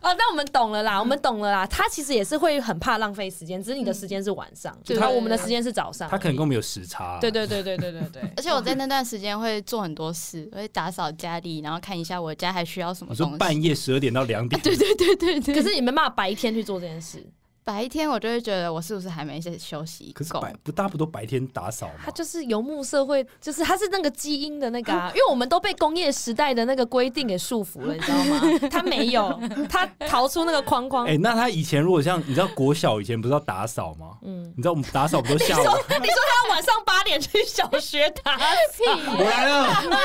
B: 哦，那我们懂了啦，我们懂了啦。他其实也是会很怕浪费时间，只是你的时间是晚上，
A: 对
B: 然后
A: 对
B: 我们的
A: 对
B: 时间是早上。
C: 他可能跟我们有时差啦。
B: 对对对对对对对。
A: 而且我在那段时间会做很多事，我会打扫家里，然后看一下我家还需要什么
C: 你
A: 东西
C: 说。半夜十二点到两点，对对，
A: 对对对对，
B: 可是你们骂白天去做这件事，
A: 白天我就会觉得我是不是还没休息
C: 可是
A: 够？
C: 白不大不都白天打扫吗
B: 他？就是游牧社会，就是他是那个基因的那个啊，因为我们都被工业时代的那个规定给束缚了，你知道吗？他没有，他逃出那个框框。
C: 哎、那他以前如果像你知道国小以前不是要打扫吗？嗯，你知道我们打扫不都
B: 你
C: 下
B: 说，
C: 午？
B: 你说他晚上八点去小学打
A: 屁！
C: 我来了，
B: (laughs)
A: 为什么我要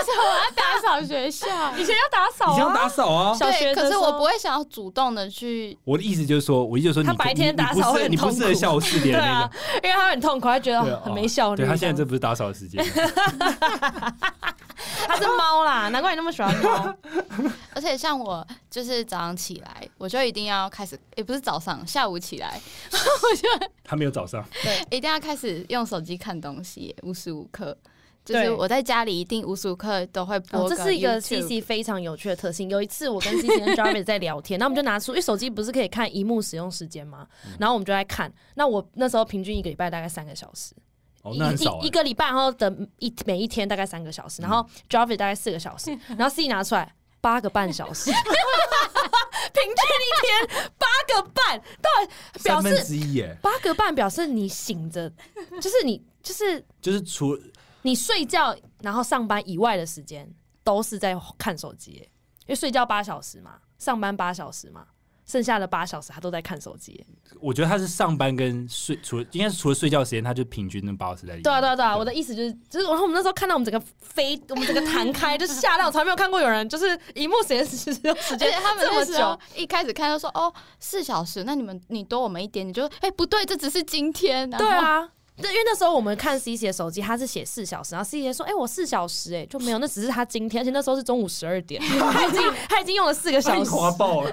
A: 打扫学校？
B: 以前要打扫
C: 你这样
B: 啊，
C: 打扫啊？
B: 小
A: 对，
B: 学的
A: 可是
B: 时候
A: 我不会想要主动的去，
C: 我的意思就是说，我意思就是说你，
B: 他白天
C: 你
B: 打扫会很
C: 你不适你不适合
B: 痛苦
C: 下午四
B: 对
C: 点的那
B: 啊
C: 种，，
B: 因为他很痛苦，他觉
C: 对
B: 得哦
C: 啊
B: 很没效率。
C: 对他现在
B: 这
C: 这
B: 样
C: 不是打扫的时间，
B: (laughs) 他是猫啦，难怪你那么喜欢猫。
A: 而且像我就是早上起来，我就一定要开始，也不是早上，下午起来，
C: 他没有早上。
A: 一定要开始用手机看东西，无时无刻。就是
B: 对
A: 我在家里一定无时无刻都会播、
B: (laughs) 哦，这是一个 C
A: CC
B: C 非常有趣的特性。有一次我跟 C C 跟 Jarvis 在聊天，那我们就拿出，因为手机不是可以看荧幕使用时间吗？然后我们就在看。那我那时候平均一个礼拜大概三个小时，
C: 哦，
B: 一
C: 那很少、
B: 一
C: 欸嗯
B: 一。个礼拜，然后的一每一天大概三个小时，然后 Jarvis 大概四个小时，然后 C 拿出来八个半小时，平均一天八个半，到底表
C: 三分
B: 示
C: 之一耶，
B: 八个半表示你醒着，就是你就是
C: 就是除
B: 你睡觉然后上班以外的时间都是在看手机耶，因为睡觉八小时嘛，上班八小时嘛，剩下的八小时他都在看手机耶。
C: 我觉得他是上班跟睡，除了应该是除了睡觉的时间，他就平均那八小时在里面。
B: 对啊，对啊，对啊！我的意思就是，就是然后我们那时候看到我们整个 (laughs) 飞，我们整个弹开，就是吓到，我从来没有看过有人就是荧幕时间时间时
A: 而且
B: 间
A: 他们
B: 这
A: 那
B: 么
A: 时候
B: 久。
A: 一开始看就说哦四小时，那你们你多我们一点，你就哎、不对，这只是今天。然后
B: 对，啊。对，因为那时候我们看 C C 的手机，他是写四小时，然后 C C 说：“哎、我四小时、哎，就没有，那只是他今天，而且那时候是中午十二 (laughs) 点，他已经他已经用了四个小时，
C: 滑
B: (laughs)
C: 爆了。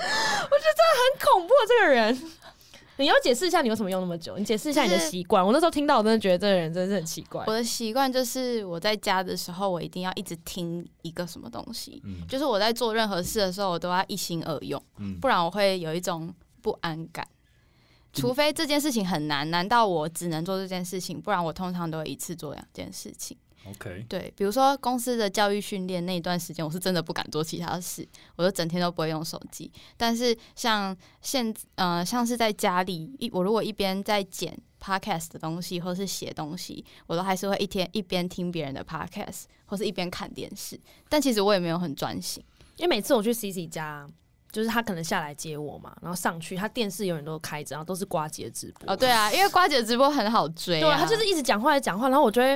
B: 很恐怖这个人。 (laughs) 你要解释一下你为什么用那么久？你解释一下你的
A: 就是
B: 习惯。我那时候听到，我真的觉得这个人真的是很奇怪
A: 我。的习惯就是我在家的时候，我一定要一直听一个什么东西，
C: 嗯
A: 就是我在做任何事的时候，我都要一心二用，
C: 嗯，
A: 不然我会有一种不安感。
C: 嗯
A: 除非这件事情很难，难道我只能做这件事情？不然我通常都会一次做两件事情。
C: OK，
A: 对，比如说公司的教育训练那一段时间，我是真的不敢做其他事，我就整天都不会用手机。但是像现呃，像是在家里，一我如果一边在剪 podcast 的东西，或是写东西，我都还是会一天一边听别人的 podcast，或是一边看电视。但其实我也没有很专心。
B: 因为每次我去 C C 家，就是他可能下来接我嘛，然后上去，他电视永远都开着，然后都是瓜姐直播。
A: 哦，对啊，因为瓜姐直播很好追、
B: 对
A: 啊，
B: 啊，他就是一直讲话，一直讲话，然后我就会，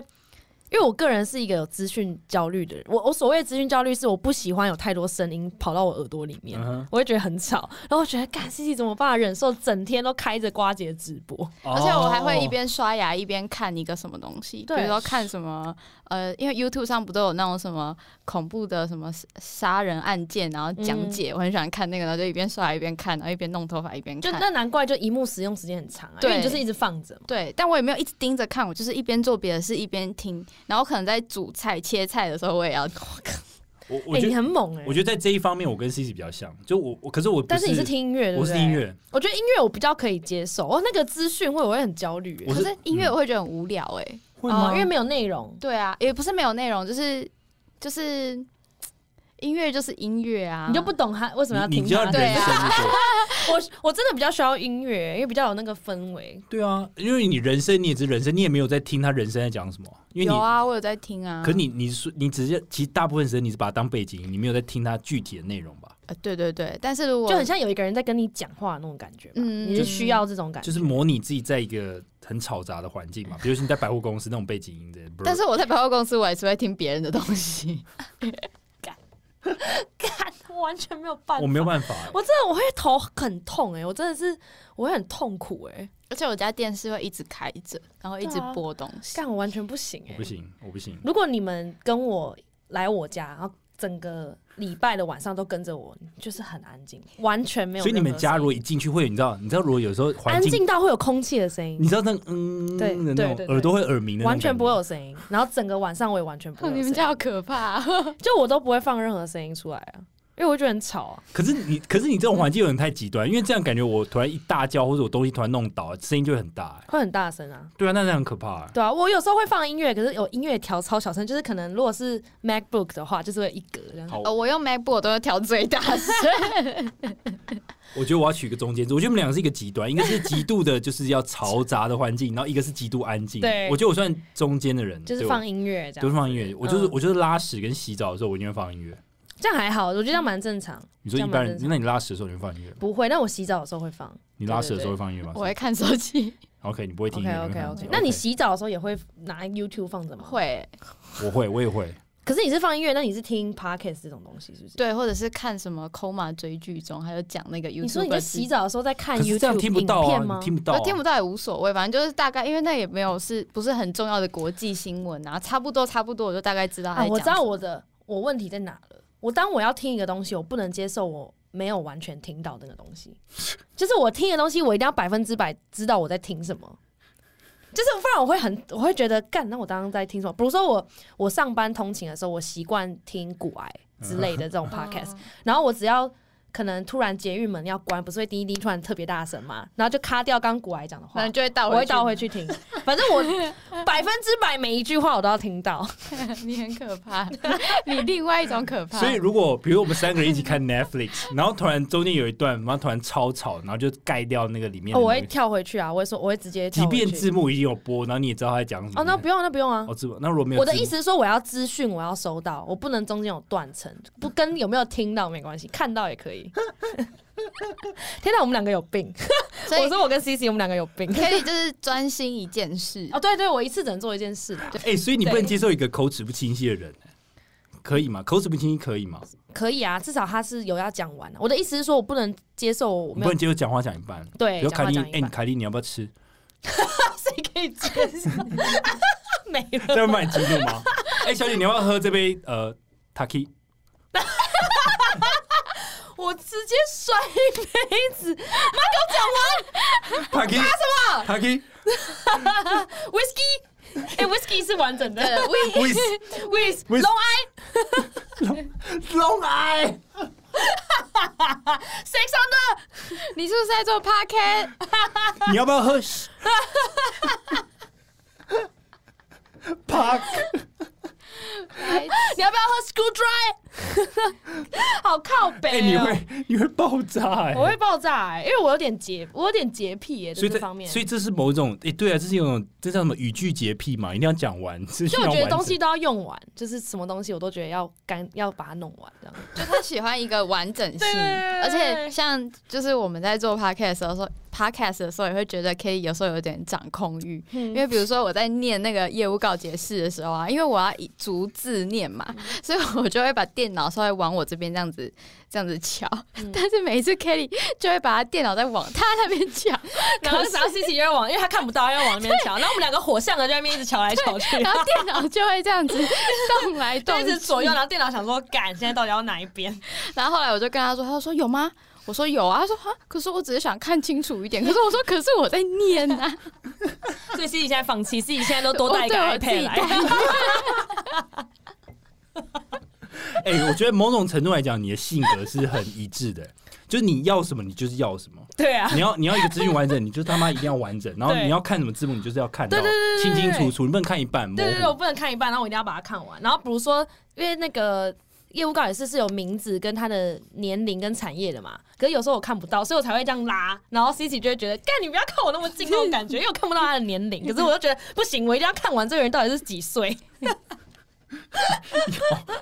B: 因为我个人是一个有资讯焦虑的人，我我所谓的资讯焦虑是我不喜欢有太多声音跑到我耳朵里面。
C: 嗯哼
B: 我会觉得很吵，然后我觉得，干 C C 怎么办法忍受整天都开着瓜姐直播？
A: 而且我还会
C: 哦
A: 一边刷牙一边看一个什么东西，比
B: 对
A: 如说看什么呃，因为 YouTube 上不都有那种什么恐怖的什么杀杀人案件，然后讲解，我很喜欢看那个，然后就一边刷牙一边看，然后一边弄头发一边
B: 就
A: 看。
B: 那难怪就荧幕使用时间很长啊，因
A: 对
B: 为你就是一直放着嘛。
A: 对，但我也没有一直盯着看，我就是一边做别的事一边听，然后可能在煮菜切菜的时候我也要，
C: 我
B: 哎、
C: 哦我觉
B: 你
C: 得
B: 很猛哎、
C: 我觉得在这一方面，我跟 C C 比较像，就我我可是我不
B: 但是你是听音乐，对
C: 我
B: 不
C: 是
B: 对
C: 音，乐，
B: 我觉得音乐我比较可以接受，哦，那个资讯会我会很焦虑、欸
C: 我
A: 可
C: 是
A: 是音乐我会觉得很无聊哎、
C: 会
B: 哦
C: 吗？
B: 因为没有内容。
A: 对啊，也不是没有内容，就是就是。音乐就是音乐啊，啊
B: 啊你就不懂他为什么要
C: 你
B: 听
C: 你就要
B: 他
C: 人
A: 对
C: 生
A: 啊
C: 一
B: 我我真的比较需要音乐，因为比较有那个氛围。
C: 对啊，因为你人生你也是人生，你也没有在听他人生在讲什么啊，因为
A: 有
C: 你。
A: 啊，我有在听啊。
C: 可你你说你直接，其实大部分时间你是把它当背景音，你没有在听它具体的内容吧？
A: 呃对对对，但是如果
B: 就很像有一个人在跟你讲话的那种感觉吧，
A: 嗯
B: 你是需要这种感觉，
C: 就是模拟自己在一个很嘈杂的环境嘛，比如说你在百货公司那种背景音的。
A: 但是我在百货公司，我也是会听别人的东 (laughs) 西。
B: 干， (laughs) 我完全没有办法，
C: 我没有办法欸、
B: 我真的我会头很痛哎、我真的是我会很痛苦哎、
A: 而且我家电视会一直开着，然后一直
B: 对啊
A: 播东西。
B: 干我完全不行哎、
C: 我不行，我不行。
B: 如果你们跟我来我家，然后整个礼拜的晚上都跟着我，就是很安静，完全没有
C: 所以
B: 任何声
C: 你
B: 音。
C: 们家如果一进去会有，你知道，你知道如果有时候环
B: 安
C: 境，
B: 静到会有空气的声音
C: 你，知道那个嗯
B: 对
C: 的
B: 对
C: 那
B: 对
C: 种
B: 对
C: 耳朵会耳鸣的那种感觉，
B: 完全不会有声音，然后整个晚上我也完全不会有
A: (laughs)
B: 声
A: 你
B: 音。
A: 们家好可怕、啊
B: 就我都不会放任何声音出来啊，因为我觉得很吵啊。
C: 可是你，可是你这种环境有点太极端，因为这样感觉我突然一大叫，或者我东西突然弄倒，声音就会很大、欸。
B: 会很大声啊。
C: 对啊，那这样很可怕、欸。
B: 对啊，我有时候会放音乐，可是有音乐调超小声，就是可能如果是 MacBook 的话，就是会一格这样。
C: 好
A: 呃， (laughs) 我用 MacBook 都会调最大 (laughs) 声。
C: 我觉得我要取一个中间值，我觉得你们两个是一个极端，一个是极度的就是要嘈杂的环境，然后一个是极度安静。
B: 对
C: 我觉得我算中间的人，
B: (laughs) 就是
C: 对
B: 放音乐这
C: 我，就是
B: 样，
C: 放音乐。我就是、
B: 嗯
C: 我就是拉屎跟洗澡的时候，我一定会放音乐。
B: 这样还好，我觉得这样蛮正常。
C: 你
B: 这
C: 说一
B: 样
C: 般
B: 蛮
C: 人
B: 正，常
C: 那你拉屎的时候你会放音乐吗？
B: 不会，但我洗澡的时候会放。
C: 你拉屎的时候会放音乐吗
A: 我会看手机，
C: ？OK，你不会听音
B: OK
C: 乐。你
B: OK
C: 会放
B: OK，
C: 音乐
B: 那你洗澡的时候也会拿 YouTube 放着吗？。
A: 会
C: 我会，我也会。
B: 可是你是放音乐，那你是听 Podcast 这种东西是不是？
A: 对，或者是看什么 Koma 追剧中，还有讲那个 YouTube。
B: 你说你在洗澡的时候在看
C: 可是
B: YouTube
C: 这样听不
B: 影
C: 到啊，
B: 片吗
C: 你？听不到、
A: 我
C: 啊，
A: 听不到也无所谓，反正就是大概，因为那也没有是不是很重要的国际新闻啊，差不多差不多，我就大概知道他
B: 啊，
A: 在讲
B: 我知
A: 什么、
B: 道我的我问题在哪了。我当我要听一个东西，我不能接受我没有完全听到那个东
A: (laughs)
B: 西，就是我听的东西，我一定要百分之百知道我在听什么。就是不然我会很，我会觉得干，那我刚刚在听什么？比如说我我上班通勤的时候，我习惯听古癌
A: 嗯
B: 之类的
A: (laughs)
B: 这种 podcast，、然
A: 哦
B: 后我只要可能突然捷运门要关，不是会滴一滴突然特别大声嘛，然后就卡掉刚古癌讲的话
A: 反，正就会倒，
B: 我会倒回
A: (laughs)
B: 去听。反正我百分之百每一句话我都要听到。
A: 你很可怕， (laughs) 你另外一种可怕。
C: 所以，如果比如我们三个人一起看
B: (laughs)
C: Netflix，然后突然中间有一段，然后突然超吵，然后就盖掉那个里面的
B: 哦，
C: 那
B: 我
C: 个、
B: 会跳回去啊，我会说，我会直接跳
C: 即
B: 回去
C: 便字幕已经有播，然后你也知道他在讲什么。
B: 哦，那不用，那不用啊。
C: 哦，字幕那如果没有
B: 我的
C: 字幕
B: 意，思是说，我要资讯，我要收到，我不能中间有断层，不跟有没有听到没关系，看到也可
C: (laughs)
B: 以。天哪，我们两个有病！
A: 所以
B: 我说我跟 C C，我们两个有
C: (laughs)
B: 病。
A: 可以就是专心一件事。
C: 啊
B: 哦，对对，我一次只能做一件事的，
C: 哎、所以你不能接受一个口齿不清晰的人，可以吗？口齿不清晰可以吗？
B: 可以啊，至少他是有要讲完啊。我的意思是说，我不能接受我没
C: 你不
B: 有
C: 能接受讲话讲一半。比
B: 对
C: 如
B: 讲
C: 凯
B: 话
C: 莉，
B: 讲
C: 哎、
B: 一
C: 你
B: 半，
C: 凯莉，你要不要吃？
B: (laughs) 谁可以接受？ (laughs) 没
C: (laughs)
B: 了。
C: 这会把你激怒
B: (laughs)
C: 吗？哎、小姐，你要不要喝这杯呃 Taki？
B: 我直接摔杯子
C: t a k i 什么 t
B: (laughs)
C: a k i
B: ，whisky，哎、w h i s k y 是完整的
A: 呃
C: w i
B: ，with
C: Whis-
B: long I
C: t long eye。
B: six under。
A: 你是不是在
B: (laughs)
A: 做 p o d c a s
C: 你要不要喝？Park，
A: t
B: 你要不要喝 School Dry？好 (laughs) 靠北、哦
C: 哎、你会你会爆炸哎、
B: 我会爆炸、欸，因为我有点洁，我有点洁癖耶、
C: 所
B: 对
C: 以
B: 这
C: 这
B: 方面，
C: 所以这是某一种哎、对啊，这是一种这叫什么语句洁癖嘛，一定要讲完。就
B: 就我觉得东西都要用完，就是什么东西我都觉得要干，要把它弄完这 (laughs) 样。
A: (laughs) 就他喜欢一个完整性，
B: 对对对
A: 而且像就是我们在做 podcast 的时候，podcast 的时候也会觉得可以有时候有点掌控欲，
B: 嗯
A: 因为比如说我在念那个业务告解式的时候啊，因为我要以逐字念嘛，
B: 嗯
A: 所以我就会把电脑稍微往我这边这样子这样子敲，
B: 嗯
A: 但是每一次 Kelly 就会把他电脑再往他那边
B: (laughs)
A: 敲，
B: 然后然后 C C 又要往，因为他看不到，要往那边瞧。然后我们两个火象的就在那边一直瞧来瞧 (laughs) 去，
A: 然后电脑就会这样子动来
B: (laughs) 就
A: 动
B: 一
A: 去
B: 直，左右。然后电脑想说，干，现在到底要哪一边？
A: 然后后来我就跟他说，他说有吗？我说有啊，他说啊，可是我只是想看清楚一点。可是我说，可是我在念啊。
B: 所以 C C 现在放弃，C C 现在都多带一个
A: 我对我自
B: iPad
A: 己
B: 来。
C: 哎、我觉得某种程度来讲，你的性格是很一致的，就是你要什么你就是要什
B: (laughs)
C: 么。
B: (laughs) 对啊，
C: 你要你要一个资讯完整，你就他妈一定要完整。然后
B: 对
C: 你要看什么字幕，你就是要看到
B: 对对对对
C: 清
B: 对
C: 清楚楚，你不能看一半模
B: 对对对，我
C: 糊。
B: 不能看一半，然后我一定要把它看完。然后比如说，因为那个业务告解室是有名字跟他的年龄跟产业的嘛，可是有时候我看不到，所以我才会这样拉，然后 C C 就会觉得，干你不要靠我那么近那种感觉，因为我看不到他的年龄，可是我又觉得不行，我一定要看完这个人到底是几 (laughs) 岁。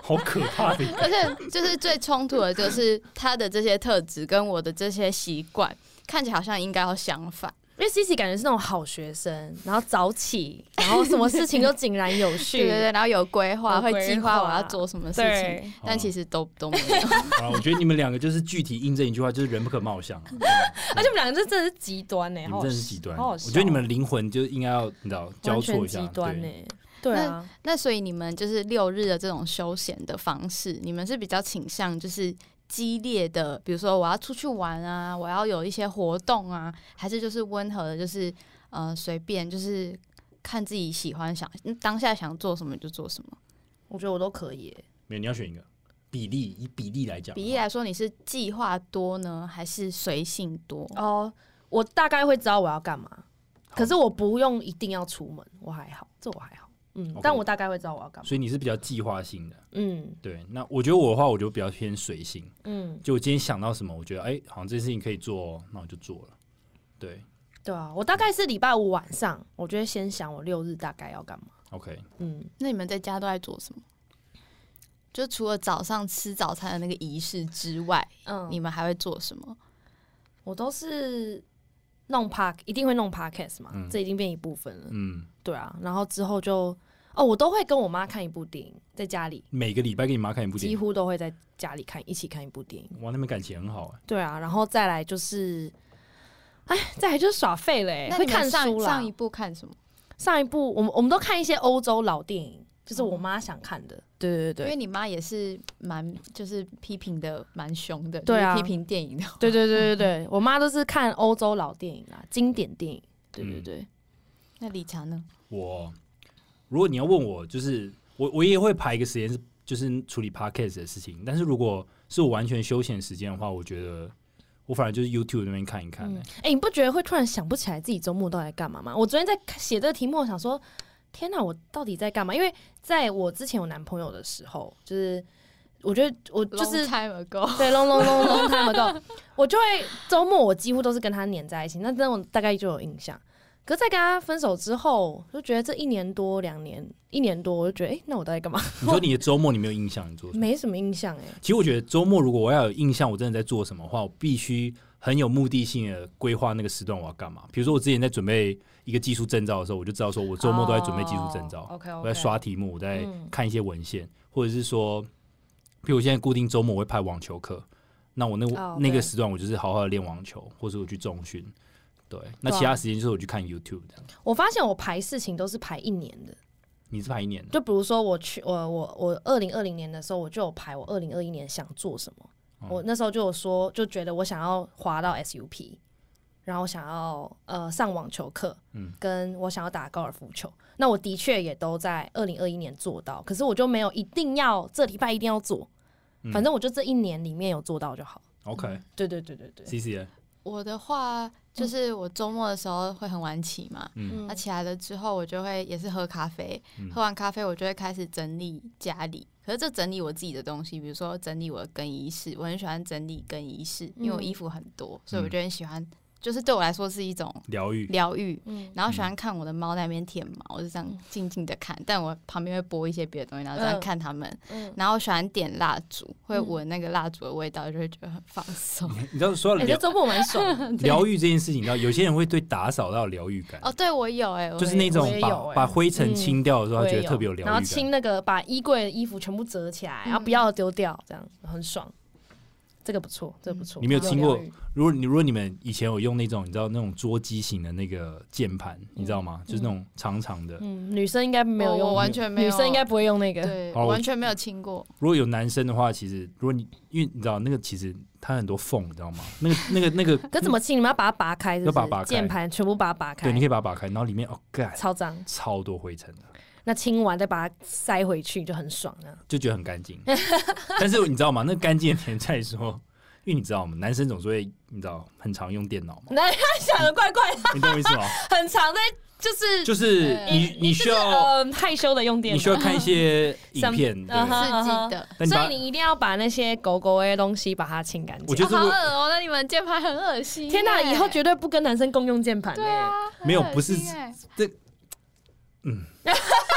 C: 好可怕的。
A: (laughs) 而且就是最冲突的就是他的这些特质跟我的这些习惯，看起来好像应该要相反。
B: 因为 C C 感觉是那种好学生，然后早起，然后什么事情都井然有序， (laughs)
A: 对对对，然后有规划，
B: 有
A: 会
B: 规
A: 计划我
B: 划
A: 要做什么事情，
B: 对
A: 但其实都都没有。
C: 好了，我觉得你们两个就是具体印证一句话，就是人不可貌相。啊
B: 而且我们两个这真的是极端呢、
C: 你
B: 好好
C: 们真的是极端，
B: 好好
C: 我
B: 笑哦
C: 觉得你们的灵魂就应该要你知道交
B: 完
C: 错
B: 全
C: 一下
B: 极，端呢、
C: 对，
B: 对啊，
A: 那所以你们就是六日的这种休闲的方式，你们是比较倾向就是激烈的，比如说我要出去玩啊，我要有一些活动啊，还是就是温和的，就是呃随便，就是看自己喜欢想嗯当下想做什么就做什么。
B: 我觉得我都可以、欸
C: 没有你要选一个比例，以比例来讲的话，
A: 比例来说，你是计划多呢，还是随性多？
B: 哦，我大概会知道我要干嘛，
C: 好
B: 可是我不用一定要出门，我还好，这我还好，嗯
C: OK
B: 但我大概会知道我要干嘛，
C: 啊所以你是比较计划性的。
B: 嗯
C: 对，那我觉得我的话，我就比较偏随性，
B: 嗯，
C: 就我今天想到什么，我觉得哎、好像这件事情可以做哦，那我就做了。对
B: 对啊，我大概是礼拜五晚上，我就会先想我六日大概要干嘛，
C: ，OK，
B: 嗯，
A: 那你们在家都在做什么？就除了早上吃早餐的那个仪式之外，
B: 嗯，
A: 你们还会做什么？
B: 我都是弄 park，一定会弄 podcast 嘛，
C: 嗯
B: 这已经变一部分了，
C: 嗯，
B: 对啊，然后之后就哦，我都会跟我妈看一部电影，在家里
C: 每个礼拜跟你妈看一部电
B: 几
C: 影，
B: 乎都会在家里看一起看一部电影，
C: 哇，那边感情很好哎、
B: 对啊，然后再来就是。哎，再来就是耍废了、欸，
A: 那
B: 会
A: 你们
B: 看
A: 上
B: 书啦。
A: 上一部看什么？
B: 上一部我们我们都看一些欧洲老电影，就是我妈想看的。对
A: 哦因
B: 对
A: 为
B: 对
A: 你妈也是蛮就是批评的蛮凶的，
B: 对啊
A: 就是批评电影的。
B: 对对对对
A: 嗯
B: 对，我妈都是看欧洲老电影啦，经典电影。对对对，
A: 那理查呢？
C: 我如果你要问我，就是我我也会排一个时间，是就是处理 podcast 的事情。但是如果是我完全休闲时间的话，我觉得我反而就是 YouTube 那边看一看、
B: 嗯
C: 哎，
B: 哎、你不觉得会突然想不起来自己周末到底在干嘛吗？我昨天在看写这个题目，我想说，天哪，我到底在干嘛？因为在我之前有男朋友的时候，就是我觉得我就是
A: time ago，
B: (laughs) 对，long long long long time ago，我就会周末我几乎都是跟他黏在一起，那这种大概就有印象。可是在跟他分手之后，就觉得这一年多、两年、一年多，我就觉得，哎、那我到底干嘛？ (laughs)
C: 你说你的周末你没有印象，你做什么？
B: 没什么印象哎、
C: 其实我觉得周末如果我要有印象，我真的在做什么的话，我必须很有目的性的规划那个时段我要干嘛。比如说我之前在准备一个技术证照的时候，我就知道说我周末都在准备技术证照，
B: OK OK，
C: 我在刷题目，我在
B: 嗯
C: 看一些文献，或者是说，比如我现在固定周末我会拍网球课，那我那个、
B: 哦
C: 那个
B: 对
C: 时段我就是好好的练网球，或者我去重训。对，那
B: 对啊
C: 其他时间就是我去看 YouTube 这样。
B: 我发现我排事情都是排一年的，
C: 你是排一年的，
B: 就比如说我去我我我二零二零年的时候，我就有排我二零二一年想做什么。
C: 嗯
B: 我那时候就有说，就觉得我想要滑到 SUP，然后想要呃上网球课，
C: 嗯
B: 跟我想要打高尔夫球。那我的确也都在二零二一年做到，可是我就没有一定要这礼拜一定要做，
C: 嗯
B: 反正我就这一年里面有做到就好。
C: OK，C
B: 对对对嗯对对，
C: C 呢
A: (laughs) 我的话就是我周末的时候会很晚起嘛，
C: 嗯
A: 那、起来了之后我就会也是喝咖啡，
C: 嗯
A: 喝完咖啡我就会开始整理家里。可是这整理我自己的东西，比如说整理我的更衣室，我很喜欢整理更衣室，因为我
B: 嗯
A: 衣服很多，所以我就很喜欢，就是对我来说是一种
C: 疗愈。
A: 疗愈。
B: 嗯，
A: 然后喜欢看我的猫在那边舔毛，我就这样静静的看，但我旁边会播一些别的东西，然后这样
B: 嗯
A: 看它们。
B: 嗯
A: 然后喜欢点蜡烛，会
B: 嗯闻
A: 闻那个蜡烛的味道，就会觉得很放松。
C: 你知道说到
B: (laughs) 哎、这
C: 疗
B: 周末蛮爽的
C: 疗愈这件事情，你知道有些人会对打扫到有疗愈感，
A: 哦，对我有哎、我
C: 就是
A: 也
C: 那种
B: 我也
C: 把
B: 有欸
C: 把灰尘清掉的时候，
B: 我
C: 他觉
B: 也
C: 得特别有
B: 有
C: 疗
B: 然后
C: 愈感。
B: 清那个把衣柜的衣服全部折起来，然后不要的丢掉，这样很爽。这个不错，这个不错。
C: 你没有清过
A: 疗愈？
C: 如果你如果你们以前有用那种你知道那种桌机型的那个键盘，你知道吗？就是那种长长的。
B: 嗯，女生应该没有
A: 我
B: 用
A: 我完全没有，
B: 女生应该不会用那个。
A: 对，
C: 好我
A: 完全没有亲过。
C: 如果有男生的话，其实如果你因为你知道那个其实它很多缝，你知道吗？那个那个那个，
B: (laughs) 可怎么清？你们要把它拔开是不
C: 要
B: 是，
C: 把它拔开
B: 键盘全部把它拔开，
C: 对，你可以把它打开，然后里面哦干
B: 超脏。
C: 超多灰尘的，
B: 那清完再把它塞回去，就很爽啊了、
C: 就觉得很干净。
B: (laughs)
C: 但是你知道吗？那干净的点在于说，因为你知道吗？
B: (laughs)
C: 男生总是会你知道很常用电脑嘛，
B: 那想的怪怪的，
C: 你懂我意思吗？
B: 很常在就是
C: 就是你你需要
B: 嗯害羞的用电
C: 你需
B: 脑，
C: 要看一些影片，
B: 嗯
C: 对
B: 哼
A: 刺激的。
C: 但你
B: 所
C: 把
B: 以你一定要把那些狗狗的东西把它清干净。
C: 我觉得
A: 好恶哦、那你们键盘很恶心耶。
B: 啊天哪，以后绝对不跟男生共用键盘。欸
A: 对，啊，很
C: 没有
A: 恶
C: 不是
A: 心耶
C: 嗯 (laughs)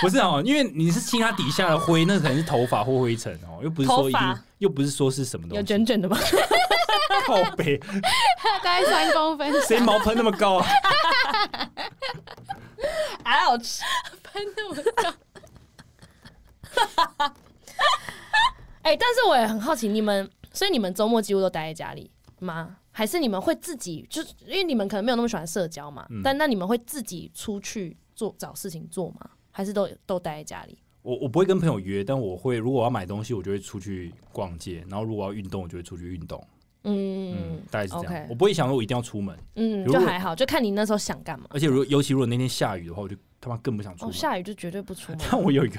C: 不是哦，因为你是亲它底下的灰，那可能是头发或灰尘哦，又不是说一
B: 头
C: 定
B: 发，
C: 又不是说是什么
B: 有
C: 东西。
B: 卷卷的吗？
C: 靠背，
A: 大概三公
B: 啊
A: 分
C: 谁毛喷那么高啊？ (laughs)
B: (laughs) ouch！哎、但是我也很好奇，你们所以你们周末几乎都待在家里吗？还是你们会自己就是因为你们可能没有那么喜欢社交嘛？
C: 嗯
B: 但那你们会自己出去做找事情做吗？还是都都待在家里？
C: 我我不会跟朋友约，但我会如果我要买东西，我就会出去逛街；然后如果我要运动，我就会出去运动。
B: 嗯
C: 嗯，大概是这样
B: OK。
C: 我不会想说我一定要出门，
B: 嗯，
C: 如
B: 就
C: 果
B: 还好，就看你那时候想干嘛。
C: 而且如果尤其如果那天下雨的话，我就他妈更不想出
B: 哦，
C: 门。
B: 下雨就绝对不出门。
C: (laughs) 但我有一个，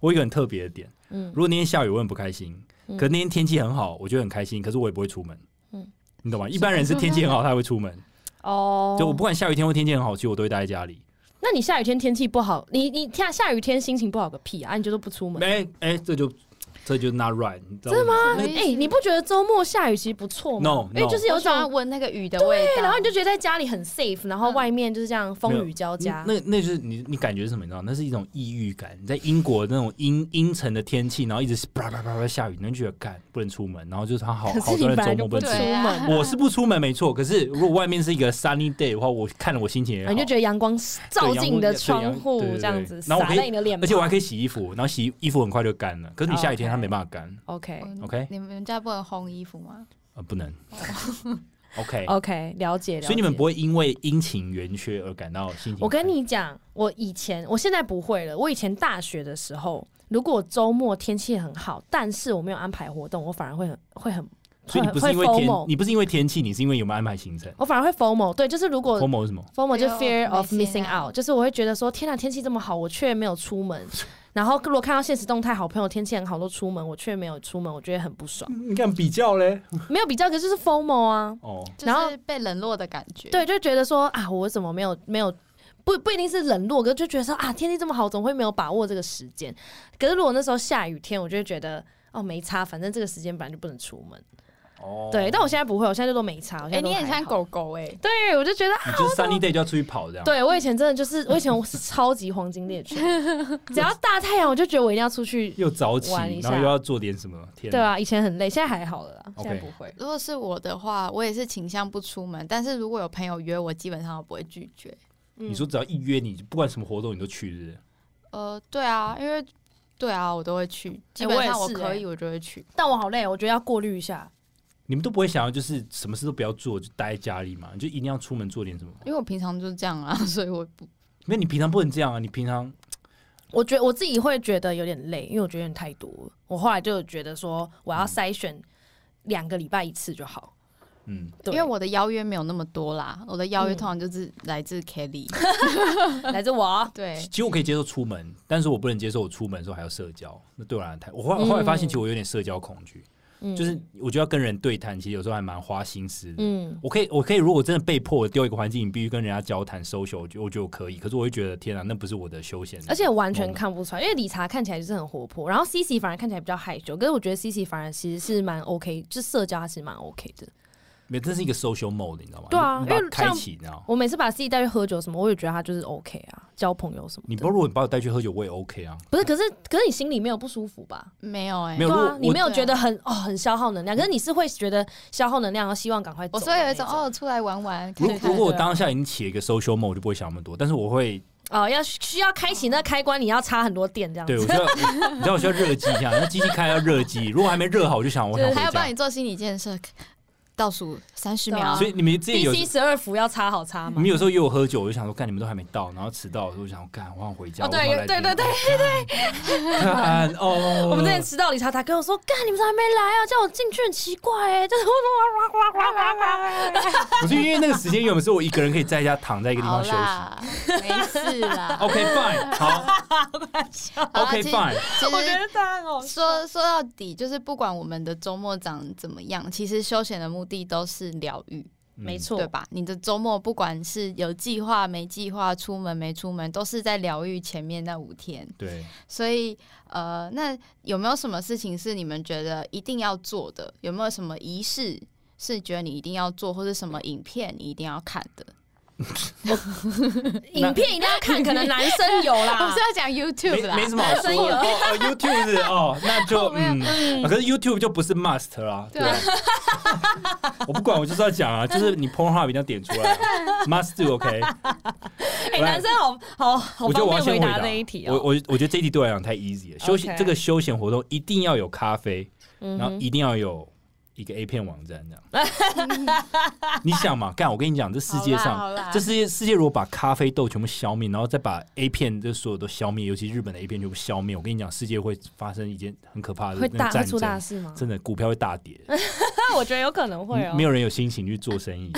C: 我有一个很特别的点，
B: 嗯
C: 如果那天下雨，我很不开心。
B: 嗯
C: 可那天天气很好，我觉得很开心，可是我也不会出门。
B: 嗯
C: 你懂吗？一般人是天气很好，他会出门。
B: 哦，
C: 就我不管下雨天或天气很好，其实我都会待在家里。
B: 那你下雨天天气不好，你你下下雨天心情不好个屁啊！你就都不出门。
C: 哎哎，这就这就 not right，你知道吗？
A: 什么意思
B: 哎、你不觉得周末下雨其实不错吗
C: No，
B: 因为就是有
A: 有喜欢
B: 种
A: 闻那个雨的味道，
B: 对，然后你就觉得在家里很 safe，然后
A: 嗯
B: 外面就是这样风雨交加。
C: 那那那就是你你感觉是什么？你知道，那是一种抑郁感。你在英国那种阴阴沉的天气，然后一直啪啪啪啪下雨，你就觉得干不能出门，然后就是他好
B: 可
C: 好
B: 是
C: 多
B: 你
C: 人
B: 本
C: 周
B: 来就
C: 末不
B: 不
C: 能
B: 出
C: 出门。
A: 对啊
B: 门，
C: 我是不出门没错，可是如果外面是一个 sunny day 的话，我看了我心情也好
B: 哦你就。觉得阳光照进你的窗户
C: 对阳光对对对
B: 这样子，
C: 然后
B: 洒
C: 我可以
B: 在你的脸
C: 而
B: 庞。
C: 且我还可以洗衣服，然后洗衣服很快就干了。可是你下雨天它
B: OK
C: 没办法干，
B: OK
A: 嗯
C: OK
A: 你们家不能烘衣服吗？
C: 呃，不能。OK，
B: 哎 OK，了哦解。了解
C: 所以你们不会因为阴晴圆缺而感到心情。
B: 我跟，你讲，我以前我现在不会了。我以前大学的时候，如果周末天气很好，但是我没有安排活动，我反而会很会很，
C: 所以你不是
B: 会
C: 因为
B: 会
C: 天
B: FOMO，
C: 你不是因为天气，你是因为有没有安排行程。
B: 我反而会 FOMO。对，就是如果
C: FOMO 是什么？
B: FOMO 就
A: Fear
B: fear
A: of
B: of missing
A: missing out
B: out，就是我会觉得说，天哪，天气这么好，我却没有出门。然后如果看到现实动态，好朋友天气很好都出门，我却没有出门，我觉得很不
A: (laughs)
B: 爽。
C: 嗯你看比较嘞？
B: 没有比较，可是就是 FOMO 啊，
C: 哦，
A: 就
B: 然后
A: 是被冷落的感觉。
B: 对，就觉得说啊，我怎么没有没有。不不一定是冷落，可是就觉得说啊，天气这么好，怎么会没有把握这个时间？可是如果那时候下雨天，我就会觉得哦没差，反正这个时间本来就不能出门。
C: 哦
B: 对，但我现在不会，我现在就都没差。我现
A: 哎，
B: 在都
A: 你也
B: 还
A: 像
B: 好，
A: 狗狗哎，
B: 对我就觉得
C: 你就是 sunny day 就要出去跑这样。
B: 对我以前真的就是，我以前我是超级黄金猎犬，只要大太阳我就觉得我一定要出去，
C: 又早起，
B: 玩一下
C: 然后又要做点什么，天
B: 对，啊，以前很累，现在还好了啦
C: OK
B: 现在不会。
A: 如果是我的话，我也是倾向不出门，但是如果有朋友约我，基本上我不会拒绝。
B: 嗯
C: 你说只要一约你，不管什么活动你都去，是不是？
A: 呃，对啊，因为对啊，我都会去，基
B: 我
A: 本
B: 也
A: 上我
B: 是
A: 可
B: 欸
A: 以，我就会去。
B: 但我好累，我觉得要过滤一下。
C: 你们都不会想要就是什么事都不要做，就待在家里嘛？你就一定要出门做点什么？
A: 因为我平常就是这样啊， (laughs) 所以我不
C: 没有，你平常不能这样啊！你平常
B: 我觉我自己会觉得有点累，因为我觉得有点太多了。我后来就觉得说，我要筛选两个礼拜一次就好。
C: 嗯，
B: 对，
A: 因为我的邀约没有那么多啦，我的邀约
B: 嗯
A: 通常就是来自 Kelly，、
B: 来自我，哦
A: 对，
C: 其实我可以接受出
B: 嗯
C: 门，但是我不能接受我出门的时候还要社交，那对我来讲太……我后来后来发现，
B: 嗯
C: 其实我有点社交恐惧，
B: 嗯
C: (laughs) 就是我觉得要跟人对谈，其实有时候还蛮花心思的。
B: 嗯，
C: 我可以，我可以，如果真的被迫丢一个环境，你必须跟人家交谈、social，我觉我觉得我可以。可是我会觉得，天啊，那不是我的休闲。
B: 而且完全看不出来，因为理查看起来就是很活泼，然后 C C 反而看起来比较害羞，可是我觉得 C C 反而其实是蛮 OK，就社交还是蛮 OK 的。
C: 没有，这是一个 social mode，你知道吗？
B: 对啊
C: 你把
B: 因
C: 它
B: 为
C: 开
B: 像
C: 启，你知道吗？
B: 我每次把 C 带去喝酒什么，我也觉得他就是 OK 啊，交朋友什么
C: 你
B: 的
C: 不，如果你把我带去喝酒，我也 OK 啊。
B: 不是，可是可是你心里没有不舒服吧？
A: 没有哎、
C: 没有
B: 对
C: 如
B: 啊
C: 果，
B: 你
C: 我
B: 没有觉得很哦很消耗能量，可是你是会觉得消耗能量，然后希望赶快走
A: 我
B: 的
A: 所以有
B: 那
A: 一
B: 种。
A: 种哦，出来玩玩，
C: 如
A: 看看
C: 如果我
B: 对啊
C: 当下已经起了一个 social mode，我就不会想那么多。但是我会，
B: 哦，要需要开启那开关，你要插很多电这样子。
C: 对我需
B: (laughs)
C: 要，我你知道我需要热机一下，那机器开要热机，如果还没热好，我就想我想
A: 对
C: 回
A: 还要帮
C: 家
A: 你。做心理建设，倒数三十
B: 对啊
A: 秒，
C: 所以你们之前有
B: B C 十二伏要插好插
C: 你
B: 嘛
C: 们？有时候约我喝酒，我就想说，干你们都还没到，然后迟到的时候，我就想干，我想回家。
B: 哦，对
C: 我想来
B: 对对对，
C: (laughs) 干哦，
B: 我们之前迟到，理查他跟我说：“干，你们怎么还没来啊？叫我进去很奇怪哎。”就是哇哇哇哇哇哇。
C: 不是因为那个时间，有的时候我一个人可以在家躺在一个地
A: 好
B: (laughs)
C: 方休息。
A: 啦，没事
C: (laughs)
A: 啦。
C: OK fine，好
A: 好啦
C: ，OK
A: 其实
C: fine，
A: 其
B: 我觉
A: 实
B: 得他哦，
A: 说说到底，就是不管我们的周末长怎么样，其实休闲的目的都是疗愈。
C: 嗯
B: 没错
A: 对，吧？你的周末不管是有计划没计划、出门没出门，都是在疗愈前面那五天。
B: (laughs)
C: 对，
A: 所以，呃，那有没有什么事情是你们觉得一定要做的？有没有什么仪式是觉得你一定要做，或者什么影片你一定要看的？
B: 影片一定要看，可能男生
A: (laughs)
B: 有
A: 我
B: 啦
A: 是。要讲 YouTube 啦，
C: 没没什么好
A: 真
C: 说
A: 有
C: 的。哦哦，YouTube 是哦，那
B: (laughs)
C: 就
A: 后面
C: 嗯， (laughs) 啊可是 YouTube 就不是 must 啦，
A: 对
C: 对
A: 啊。
C: 我不管，我就是要讲啊，就是你 Pornhub 一定要点出
B: (laughs)
C: 来啊，must do OK。
B: 哎，男生好好好
C: 我觉得我要
B: 方
C: 先
B: 便
C: 回
B: 回答那一题
C: 我
B: 哦。
C: 我我觉得这一题对我来讲太 easy 了。休闲
B: OK
C: 这个休闲活动一定要有咖啡，
B: 嗯
C: 然后
B: 哼，
C: 一定要有一个 A 片网站这
B: (laughs)
C: 样。你想嘛，干我跟你讲，这世界
A: 好啦好
C: 上
A: 啦
C: 这世界世界如果把咖啡豆全部消灭，然后再把 A 片这所有都消灭，尤其日本的 A 片全部消灭，我跟你讲，世界会发生一件很可怕的
B: 会大
C: 那
B: 会
C: 个
B: 出大
C: 战争。
B: 事吗？
C: 真的股票会大跌，
B: 那 (laughs) 我觉得有可能会哦。
C: 没有人有心情去做
B: (laughs)
C: 生意。